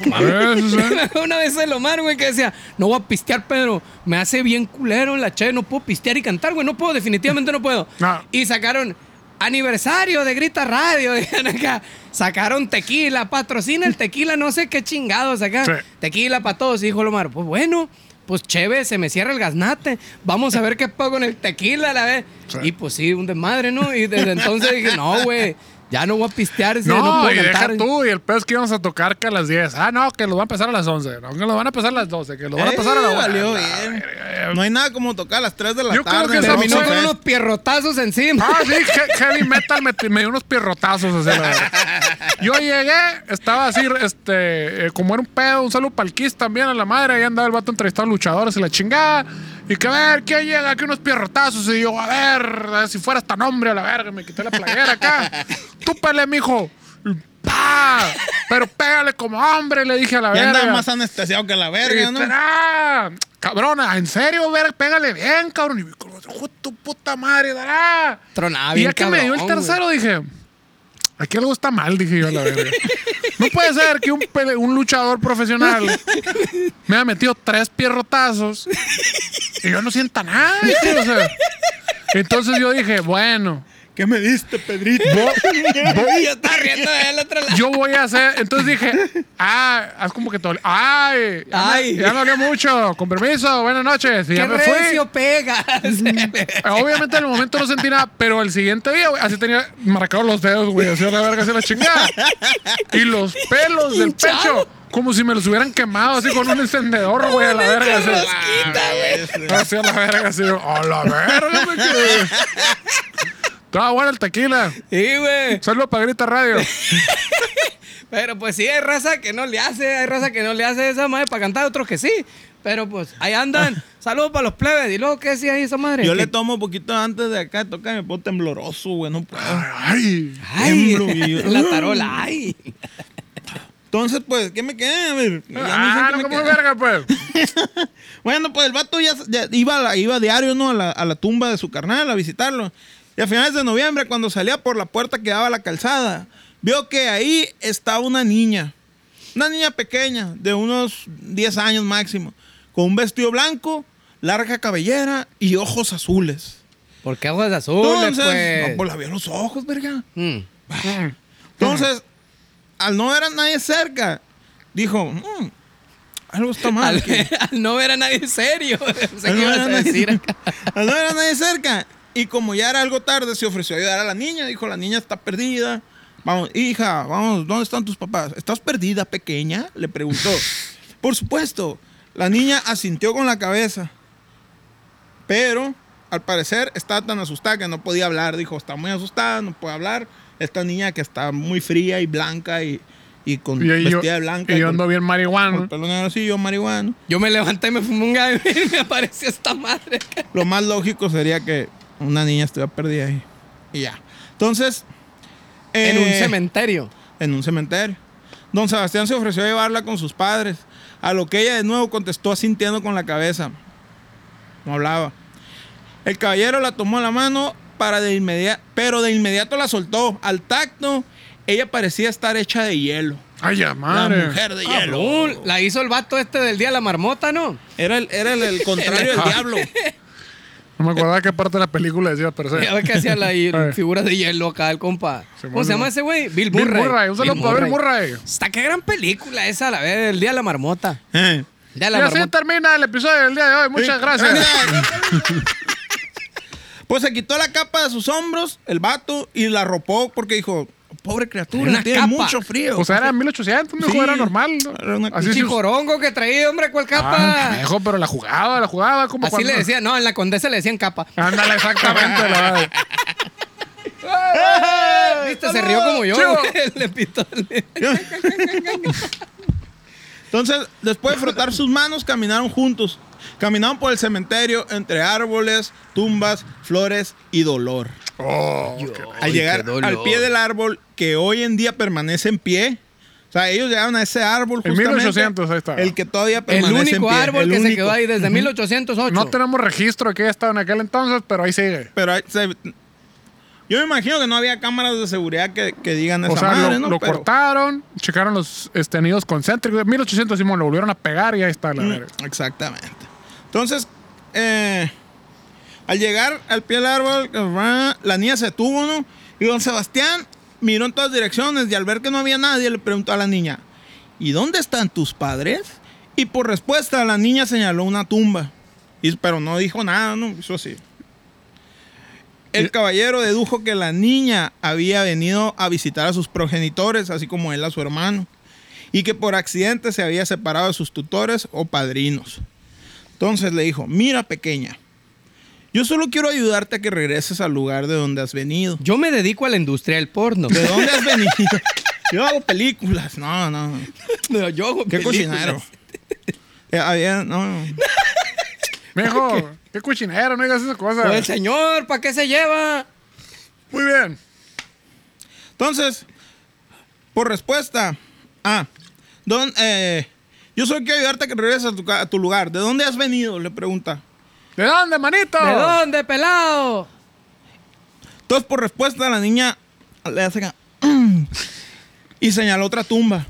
[SPEAKER 2] Sí,
[SPEAKER 3] mames.
[SPEAKER 2] sí,
[SPEAKER 3] Una vez el Omar, güey, que decía, no voy a pistear, Pedro, me hace bien culero la che, no puedo pistear y cantar, güey, no puedo, definitivamente no puedo.
[SPEAKER 2] No.
[SPEAKER 3] Y sacaron aniversario de Grita Radio, dijeron acá. Sacaron tequila, patrocina el tequila, no sé qué chingados acá.
[SPEAKER 2] Sí.
[SPEAKER 3] Tequila para todos, dijo el Omar. Pues bueno, pues chévere, se me cierra el gaznate. Vamos a ver qué pago con el tequila a la vez. Y pues sí, un desmadre, ¿no? Y desde entonces dije, no, güey, ya no voy a pistear, sí, no,
[SPEAKER 2] No,
[SPEAKER 3] puedo
[SPEAKER 2] y
[SPEAKER 3] cantar.
[SPEAKER 2] deja tú. Y el pez que íbamos a tocar que a las 10. Ah, no, que lo van a empezar a las 11. No, que lo van a empezar a las 12. Que lo van a
[SPEAKER 4] Eh,
[SPEAKER 2] pasar a la hora.
[SPEAKER 4] valió
[SPEAKER 2] La
[SPEAKER 4] bien.
[SPEAKER 2] verga, eh.
[SPEAKER 4] No hay nada como tocar a las 3 de la
[SPEAKER 2] Yo creo
[SPEAKER 4] tarde.
[SPEAKER 2] que
[SPEAKER 4] en
[SPEAKER 2] esa
[SPEAKER 4] Rock
[SPEAKER 3] Terminó
[SPEAKER 2] no,
[SPEAKER 3] con
[SPEAKER 4] Fest.
[SPEAKER 3] unos pierrotazos encima.
[SPEAKER 2] Ah, sí, he- heavy metal me, me dio unos pierrotazos. así, la verdad. Yo llegué, estaba así, este, eh, como era un pedo, un saludo para el Kiss también a la madre. Ahí andaba el vato entrevistado a luchadores y la chingada. Y que a ver, ¿quién llega? Aquí unos pierrotazos. Y yo, a ver, a ver si fuera hasta nombre a la verga. Me quité la playera acá. Tú pele, mijo. Y ¡pa! Pero pégale como hombre, le dije a la
[SPEAKER 4] Ya
[SPEAKER 2] verga.
[SPEAKER 4] andaba más anestesiado que la verga,
[SPEAKER 2] Y
[SPEAKER 4] ¿no?
[SPEAKER 2] te- ¡Ah! Cabrona, en serio, ver, pégale bien, cabrón. Y con los ojos, tu puta madre, dará.
[SPEAKER 3] Tronaba
[SPEAKER 2] Y
[SPEAKER 3] Ah, bien
[SPEAKER 2] ya que me dio el
[SPEAKER 3] cabrón,
[SPEAKER 2] tercero, dije, aquí algo está mal, dije yo a la verga. No puede ser que un, pele- un luchador profesional me haya metido tres pierrotazos y yo no sienta nada. tío, o sea. Entonces yo dije, bueno,
[SPEAKER 4] ¿Qué me diste, Pedrito?
[SPEAKER 3] Y yo estaba riendo del otro lado.
[SPEAKER 2] yo voy a hacer. Entonces dije, ah, haz como que todo. Ay, ya me-
[SPEAKER 3] Ay.
[SPEAKER 2] ya me dolió mucho. Con permiso, buenas noches. Y
[SPEAKER 3] ¡Qué
[SPEAKER 2] ya me fui.
[SPEAKER 3] recio pegas!
[SPEAKER 2] Ah, Obviamente en el momento no sentí nada, pero el siguiente día, güey, así tenía marcados los dedos, güey, así a la verga, así a la chingada. Y los pelos del
[SPEAKER 3] Hinchado.
[SPEAKER 2] pecho, como si me los hubieran quemado, así con un encendedor, güey, a la verga. Así, así a la verga, así, a la verga, me quedé. Estaba bueno el tequila.
[SPEAKER 3] Sí, güey.
[SPEAKER 2] Saludos para Grita Radio.
[SPEAKER 3] Pero pues sí, hay raza que no le hace, hay raza que no le hace esa madre para cantar, otros que sí. Pero pues, ahí andan. Saludos para los plebes. ¿Y luego qué decía ahí esa madre?
[SPEAKER 4] Yo le
[SPEAKER 3] Que-
[SPEAKER 4] tomo poquito antes de acá, toca, me pongo tembloroso, güey, no puedo.
[SPEAKER 2] Ay,
[SPEAKER 3] Ay,
[SPEAKER 4] Tiemblo, y yo-
[SPEAKER 3] la tarola, ay.
[SPEAKER 4] Entonces, pues, ¿qué me quedé? A ver, ya me dicen
[SPEAKER 2] ah,
[SPEAKER 4] que
[SPEAKER 2] no,
[SPEAKER 4] me
[SPEAKER 2] como
[SPEAKER 4] quedé.
[SPEAKER 2] verga, pues.
[SPEAKER 4] Bueno, pues el vato ya, ya iba, a la- iba diario, ¿no? A la, a la tumba de su carnal a visitarlo. Y a finales de noviembre, cuando salía por la puerta que daba a la calzada, vio que ahí estaba una niña. Una niña pequeña, de unos 10 años máximo. Con un vestido blanco, larga cabellera y ojos azules.
[SPEAKER 3] ¿Por qué ojos azules,
[SPEAKER 4] Entonces,
[SPEAKER 3] pues?
[SPEAKER 4] no, pues la vio en los ojos, verga.
[SPEAKER 3] Mm.
[SPEAKER 4] Entonces, al no ver a nadie cerca, dijo, "Mm, algo está mal.
[SPEAKER 3] Al,
[SPEAKER 4] aquí".
[SPEAKER 3] al no ver a nadie serio. No sé
[SPEAKER 4] Al
[SPEAKER 3] qué
[SPEAKER 4] no
[SPEAKER 3] ibas
[SPEAKER 4] ver
[SPEAKER 3] a
[SPEAKER 4] a nadie-
[SPEAKER 3] decir acá.
[SPEAKER 4] al no ver a nadie cerca. Y como ya era algo tarde, se ofreció a ayudar a la niña. Dijo, la niña está perdida. Vamos, hija, vamos, ¿dónde están tus papás? ¿Estás perdida, pequeña? Le preguntó. Por supuesto, la niña asintió con la cabeza. Pero, al parecer, estaba tan asustada que no podía hablar. Dijo, está muy asustada, no puede hablar. Esta niña que está muy fría y blanca y, y con
[SPEAKER 2] Y, ahí yo,
[SPEAKER 4] vestida de blanca.
[SPEAKER 2] y yo
[SPEAKER 4] con-
[SPEAKER 2] ando bien
[SPEAKER 4] con
[SPEAKER 2] marihuana.
[SPEAKER 4] el pelo negro así, yo marihuano.
[SPEAKER 3] Yo me levanté y me fumé un gallo y me apareció esta madre.
[SPEAKER 4] Lo más lógico sería que una niña estuviera perdida ahí. Y ya. Entonces.
[SPEAKER 3] En un
[SPEAKER 4] eh,
[SPEAKER 3] cementerio.
[SPEAKER 4] En un cementerio. Don Sebastián se ofreció a llevarla con sus padres. A lo que ella de nuevo contestó asintiendo con la cabeza. No hablaba. El caballero la tomó la mano, para de inmedia- pero de inmediato la soltó. Al tacto, ella parecía estar hecha de hielo.
[SPEAKER 2] Ay, ya
[SPEAKER 4] La
[SPEAKER 2] madre.
[SPEAKER 4] mujer de hielo.
[SPEAKER 3] Cabrón, la hizo el vato este del día de la marmota, ¿no?
[SPEAKER 4] Era el, era el, el contrario del diablo.
[SPEAKER 2] No me acordaba qué parte de la película decía, pero sí.
[SPEAKER 3] Ya ves que hacía la hi-
[SPEAKER 2] Ay.
[SPEAKER 3] figura de hielo acá, el compa.
[SPEAKER 2] Se
[SPEAKER 3] ¿Cómo se
[SPEAKER 2] mueve.
[SPEAKER 3] llama ese güey? Bill
[SPEAKER 2] Bill
[SPEAKER 3] Murray.
[SPEAKER 2] Murray, un saludo para Bill Murray.
[SPEAKER 3] Está qué gran película esa, la vez del día de la marmota.
[SPEAKER 4] Eh.
[SPEAKER 3] Día de
[SPEAKER 2] Y
[SPEAKER 3] la
[SPEAKER 2] así
[SPEAKER 3] marmota.
[SPEAKER 2] termina el episodio del día de hoy. Muchas gracias.
[SPEAKER 4] Pues se quitó la capa de sus hombros, el vato, y la arropó porque dijo, pobre criatura,
[SPEAKER 3] Una
[SPEAKER 4] tiene
[SPEAKER 3] capa.
[SPEAKER 4] mucho frío.
[SPEAKER 2] O sea, era 1800, mi
[SPEAKER 4] Sí.
[SPEAKER 2] hijo, era normal. ¿no?
[SPEAKER 4] Era una
[SPEAKER 2] Así
[SPEAKER 3] Pinche
[SPEAKER 2] se
[SPEAKER 3] jorongo que traía, hombre, ¿cuál
[SPEAKER 2] Ah,
[SPEAKER 3] capa?
[SPEAKER 2] pendejo, pero la jugaba, la jugaba como
[SPEAKER 3] Así
[SPEAKER 2] cuando-
[SPEAKER 3] le decían, no, en la condesa le decían capa.
[SPEAKER 2] Ándale, exactamente. la verdad.
[SPEAKER 3] Viste, se rió como yo.
[SPEAKER 2] Chivo.
[SPEAKER 3] güey, le pitó el-
[SPEAKER 4] Entonces, después de frotar sus manos, caminaron juntos. Caminaron por el cementerio entre árboles, tumbas, flores y dolor.
[SPEAKER 2] Oh,
[SPEAKER 4] Al llegar al pie del árbol que hoy en día permanece en pie. O sea, ellos llegaron a ese árbol
[SPEAKER 2] En
[SPEAKER 4] justamente,
[SPEAKER 2] 1800, ahí está.
[SPEAKER 4] El que todavía
[SPEAKER 3] El
[SPEAKER 4] permanece en
[SPEAKER 3] único
[SPEAKER 4] pie,
[SPEAKER 3] árbol
[SPEAKER 4] el
[SPEAKER 3] que se
[SPEAKER 4] único.
[SPEAKER 3] quedó ahí desde 1808.
[SPEAKER 2] no tenemos registro de que haya estado en aquel entonces, pero ahí sigue.
[SPEAKER 4] Pero hay- se- yo me imagino que no había cámaras de seguridad que, que digan esa
[SPEAKER 2] O sea,
[SPEAKER 4] madre,
[SPEAKER 2] lo,
[SPEAKER 4] ¿no?
[SPEAKER 2] lo
[SPEAKER 4] Pero-
[SPEAKER 2] cortaron, checaron los este, nidos concéntricos. 1800 Simón lo volvieron a pegar y ahí está la
[SPEAKER 4] Mm,
[SPEAKER 2] verga.
[SPEAKER 4] Exactamente. Entonces, eh, al llegar al pie del árbol, la niña se detuvo, ¿no? Y don Sebastián miró en todas direcciones y al ver que no había nadie le preguntó a la niña, ¿y dónde están tus padres? Y por respuesta la niña señaló una tumba, Y- pero no dijo nada, ¿no? Hizo así. El caballero dedujo que la niña había venido a visitar a sus progenitores, así como él a su hermano y que por accidente se había separado de sus tutores o padrinos. Entonces le dijo, mira pequeña, yo solo quiero ayudarte a que regreses al lugar de donde has venido.
[SPEAKER 3] Yo me dedico a la industria del porno.
[SPEAKER 4] ¿De dónde has venido? Yo hago películas. No, no.
[SPEAKER 3] No, yo hago
[SPEAKER 4] Qué
[SPEAKER 3] películas.
[SPEAKER 4] cocinero. Eh, había- no.
[SPEAKER 2] Mijo, qué cuchinero, no digas esas cosas.
[SPEAKER 3] Pues, señor, ¿para qué se lleva?
[SPEAKER 2] Muy bien.
[SPEAKER 4] Entonces, por respuesta, ah, don, eh, yo solo quiero ayudarte a que regreses a tu, ca- a tu lugar. ¿De dónde has venido? Le pregunta.
[SPEAKER 2] ¿De dónde, manito?
[SPEAKER 3] ¿De dónde, pelado?
[SPEAKER 4] Entonces, por respuesta, la niña le hace acá, "Mm", y señaló otra tumba.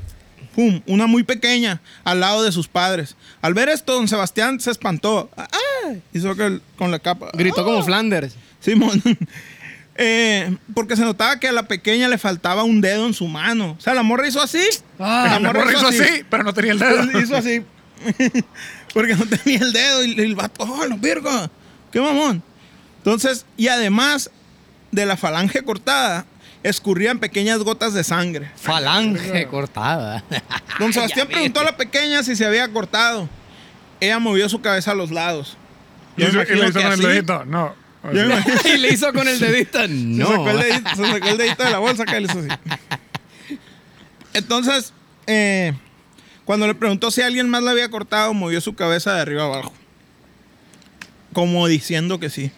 [SPEAKER 4] Pum, una muy pequeña, al lado de sus padres. Al ver esto, don Sebastián se espantó. Ah, ah, Hizo que el- con la capa.
[SPEAKER 3] Gritó
[SPEAKER 4] "Ah".
[SPEAKER 3] como Flanders.
[SPEAKER 4] Simón. Eh, porque se notaba que a la pequeña le faltaba un dedo en su mano. O sea, la morra hizo así.
[SPEAKER 3] Ah,
[SPEAKER 2] La morra hizo así, pero no tenía el dedo.
[SPEAKER 4] Hizo así. Porque no tenía el dedo. Y el vato, ¡oh, no, Virgo! ¡Qué mamón! Entonces, y además de la falange cortada, escurrían pequeñas gotas de sangre.
[SPEAKER 3] Falange cortada.
[SPEAKER 4] Don Sebastián
[SPEAKER 3] ya
[SPEAKER 4] preguntó a la pequeña si se había cortado. Ella movió su cabeza a los lados.
[SPEAKER 2] Y
[SPEAKER 4] Yo
[SPEAKER 2] hizo-
[SPEAKER 4] me
[SPEAKER 2] y le
[SPEAKER 4] imagino
[SPEAKER 2] hizo
[SPEAKER 4] que
[SPEAKER 2] con el
[SPEAKER 4] así.
[SPEAKER 2] dedito. No.
[SPEAKER 4] Yo me imagino-
[SPEAKER 3] y le hizo con el dedito.
[SPEAKER 4] Se
[SPEAKER 3] No.
[SPEAKER 4] sacó el dedito, se sacó el dedito de la bolsa acá y le hizo así. Entonces, eh, Cuando le preguntó si alguien más la había cortado, movió su cabeza de arriba abajo. Como diciendo que sí.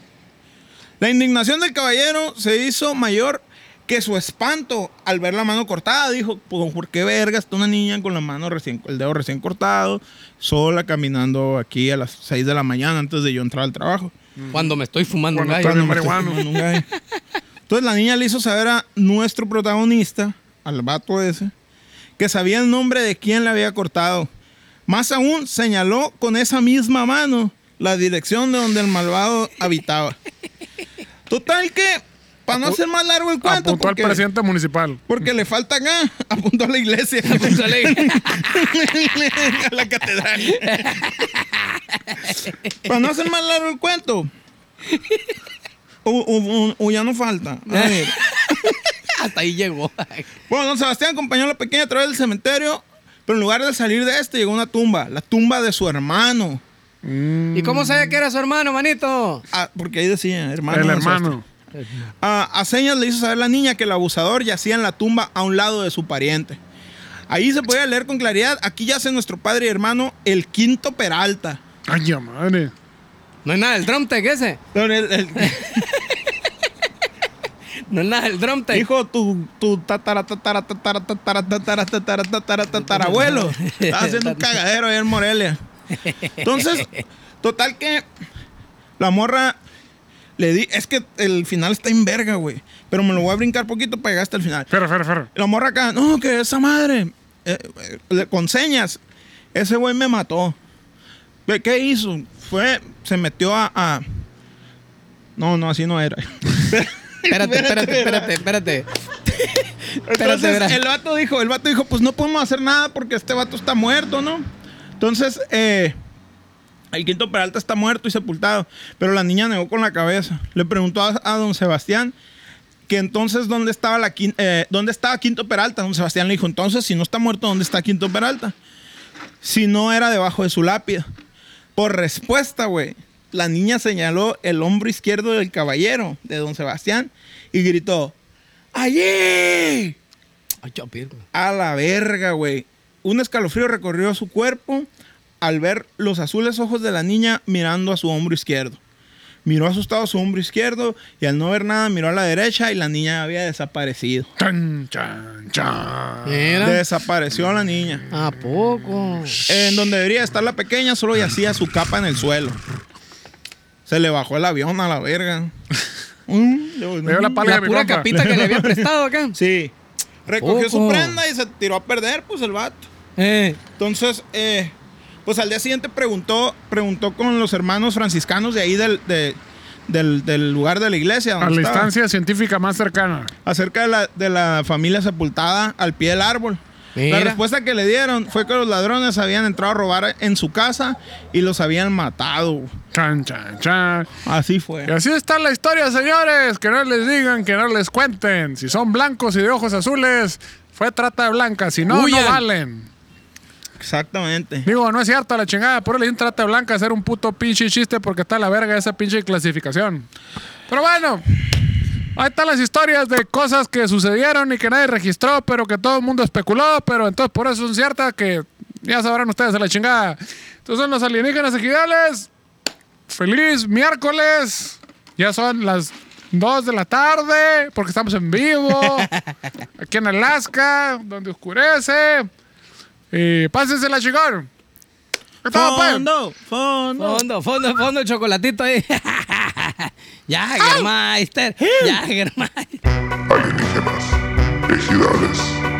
[SPEAKER 4] La indignación del caballero se hizo mayor que su espanto al ver la mano cortada. Dijo, "Pues, ¿por qué verga está una niña con la mano recién, el dedo recién cortado, sola caminando aquí a las 6 de la mañana antes de yo entrar al trabajo?
[SPEAKER 3] Cuando me estoy fumando un
[SPEAKER 2] Cuando
[SPEAKER 3] gallo.
[SPEAKER 2] estás
[SPEAKER 4] Cuando me
[SPEAKER 2] marihuano.
[SPEAKER 4] estoy fumando un gallo. Entonces la niña le hizo saber a nuestro protagonista, al vato ese, que sabía el nombre de quien le había cortado. Más aún, señaló con esa misma mano la dirección de donde el malvado habitaba. Total que, para no hacer más largo el cuento,
[SPEAKER 2] Apuntó al
[SPEAKER 4] porque,
[SPEAKER 2] presidente municipal.
[SPEAKER 4] porque le falta acá, apuntó a la iglesia, a la catedral. para no hacer más largo el cuento. O, o- o- o ya no falta. A ver.
[SPEAKER 3] Hasta ahí llegó.
[SPEAKER 4] Bueno, don Sebastián acompañó a la pequeña a través del cementerio, pero en lugar de salir de este, llegó a una tumba, la tumba de su hermano. Mm.
[SPEAKER 3] ¿Y cómo sabía que era su hermano, manito?
[SPEAKER 4] Ah, porque ahí decía, hermano.
[SPEAKER 2] el
[SPEAKER 4] don Sebastián.
[SPEAKER 2] hermano.
[SPEAKER 4] Ah, a señas le hizo saber la niña que el abusador yacía en la tumba a un lado de su pariente. Ahí se podía leer con claridad, aquí yace nuestro padre y hermano, el quinto Peralta.
[SPEAKER 2] este, Ay, ya madre.
[SPEAKER 3] No es nada del drum tech ese.
[SPEAKER 4] Don, el- el-
[SPEAKER 3] No es nada del drum tech.
[SPEAKER 4] Dijo tu, tu tatara, tatara, tatara, tatara, tatara, tatara, tatara, tatarabuelo. Estaba haciendo un cagadero ahí en Morelia. Entonces, total que la morra le di. Es que el final está en verga, güey. Pero me lo voy a brincar poquito para llegar hasta el final.
[SPEAKER 2] Ferro, ferro, ferro.
[SPEAKER 4] La morra acá, no, que esa madre. eh, eh, le- con señas. Ese güey me mató. ¿Qué- ¿Qué hizo? Fue, se metió a- a. No, no, así no era.
[SPEAKER 3] Espérate, espérate, espérate, espérate.
[SPEAKER 4] Entonces,
[SPEAKER 3] Espérate, espérate.
[SPEAKER 4] el vato dijo, el vato dijo, pues no podemos hacer nada porque este vato está muerto, ¿no? Entonces, eh, el quinto Peralta está muerto y sepultado, pero la niña negó con la cabeza. Le preguntó a, a don Sebastián que entonces dónde estaba la quin- eh, dónde estaba quinto Peralta. Don Sebastián le dijo, entonces si no está muerto, ¿dónde está quinto Peralta? Si no era debajo de su lápida. Por respuesta, güey, la niña señaló el hombro izquierdo del caballero de don Sebastián y gritó, ¡Allí!
[SPEAKER 3] Ay, chapir, güey.
[SPEAKER 4] A la verga, güey. Un escalofrío recorrió su cuerpo al ver los azules ojos de la niña mirando a su hombro izquierdo. Miró asustado a su hombro izquierdo y al no ver nada miró a la derecha y la niña había desaparecido.
[SPEAKER 2] Chan, chan,
[SPEAKER 4] Ah.
[SPEAKER 2] chan.
[SPEAKER 3] Mira.
[SPEAKER 4] Desapareció la niña.
[SPEAKER 3] ¿A poco?
[SPEAKER 4] En donde debería estar la pequeña solo yacía su capa en el suelo. Se le bajó el avión a la verga. Mm,
[SPEAKER 2] Me dio la pala
[SPEAKER 3] La
[SPEAKER 2] de mi
[SPEAKER 3] pura
[SPEAKER 2] compa.
[SPEAKER 3] capita que le había prestado acá.
[SPEAKER 4] Sí. Recogió su
[SPEAKER 3] Poco.
[SPEAKER 4] prenda y se tiró a perder, pues el vato.
[SPEAKER 3] Eh,
[SPEAKER 4] Entonces, eh, pues al día siguiente preguntó, preguntó con los hermanos franciscanos de ahí del, de- del, del lugar de la iglesia. donde
[SPEAKER 2] A la
[SPEAKER 4] estaba,
[SPEAKER 2] instancia científica más cercana.
[SPEAKER 4] Acerca de la, de la familia sepultada al pie del árbol.
[SPEAKER 3] Mira.
[SPEAKER 4] La respuesta que le dieron fue que los ladrones habían entrado a robar en su casa y los habían matado.
[SPEAKER 2] Chan, chan, chan.
[SPEAKER 4] Así fue.
[SPEAKER 2] Y así está la historia, señores. Que no les digan, que no les cuenten. Si son blancos y de ojos azules, fue trata de blancas. Si no,
[SPEAKER 3] Huyan.
[SPEAKER 2] no valen.
[SPEAKER 4] Exactamente.
[SPEAKER 2] Digo, no es cierto la chingada. Por le dicen trata de blancas era un puto pinche chiste porque está la verga esa pinche clasificación. Pero bueno, ahí están las historias de cosas que sucedieron y que nadie registró, pero que todo el mundo especuló. Pero entonces por eso son ciertas que ya sabrán ustedes a la chingada. Entonces son los alienígenas ejidales. Feliz miércoles. Ya son las 2 de la tarde porque estamos en vivo. aquí en Alaska, donde oscurece. Y pásensela, chingón. ¿Qué tal, pues?
[SPEAKER 4] Fondo, fondo.
[SPEAKER 3] fondo, fondo, fondo, chocolatito ahí. ya, Germeister. Ya, Germeister.
[SPEAKER 1] alienígenas, ejidales,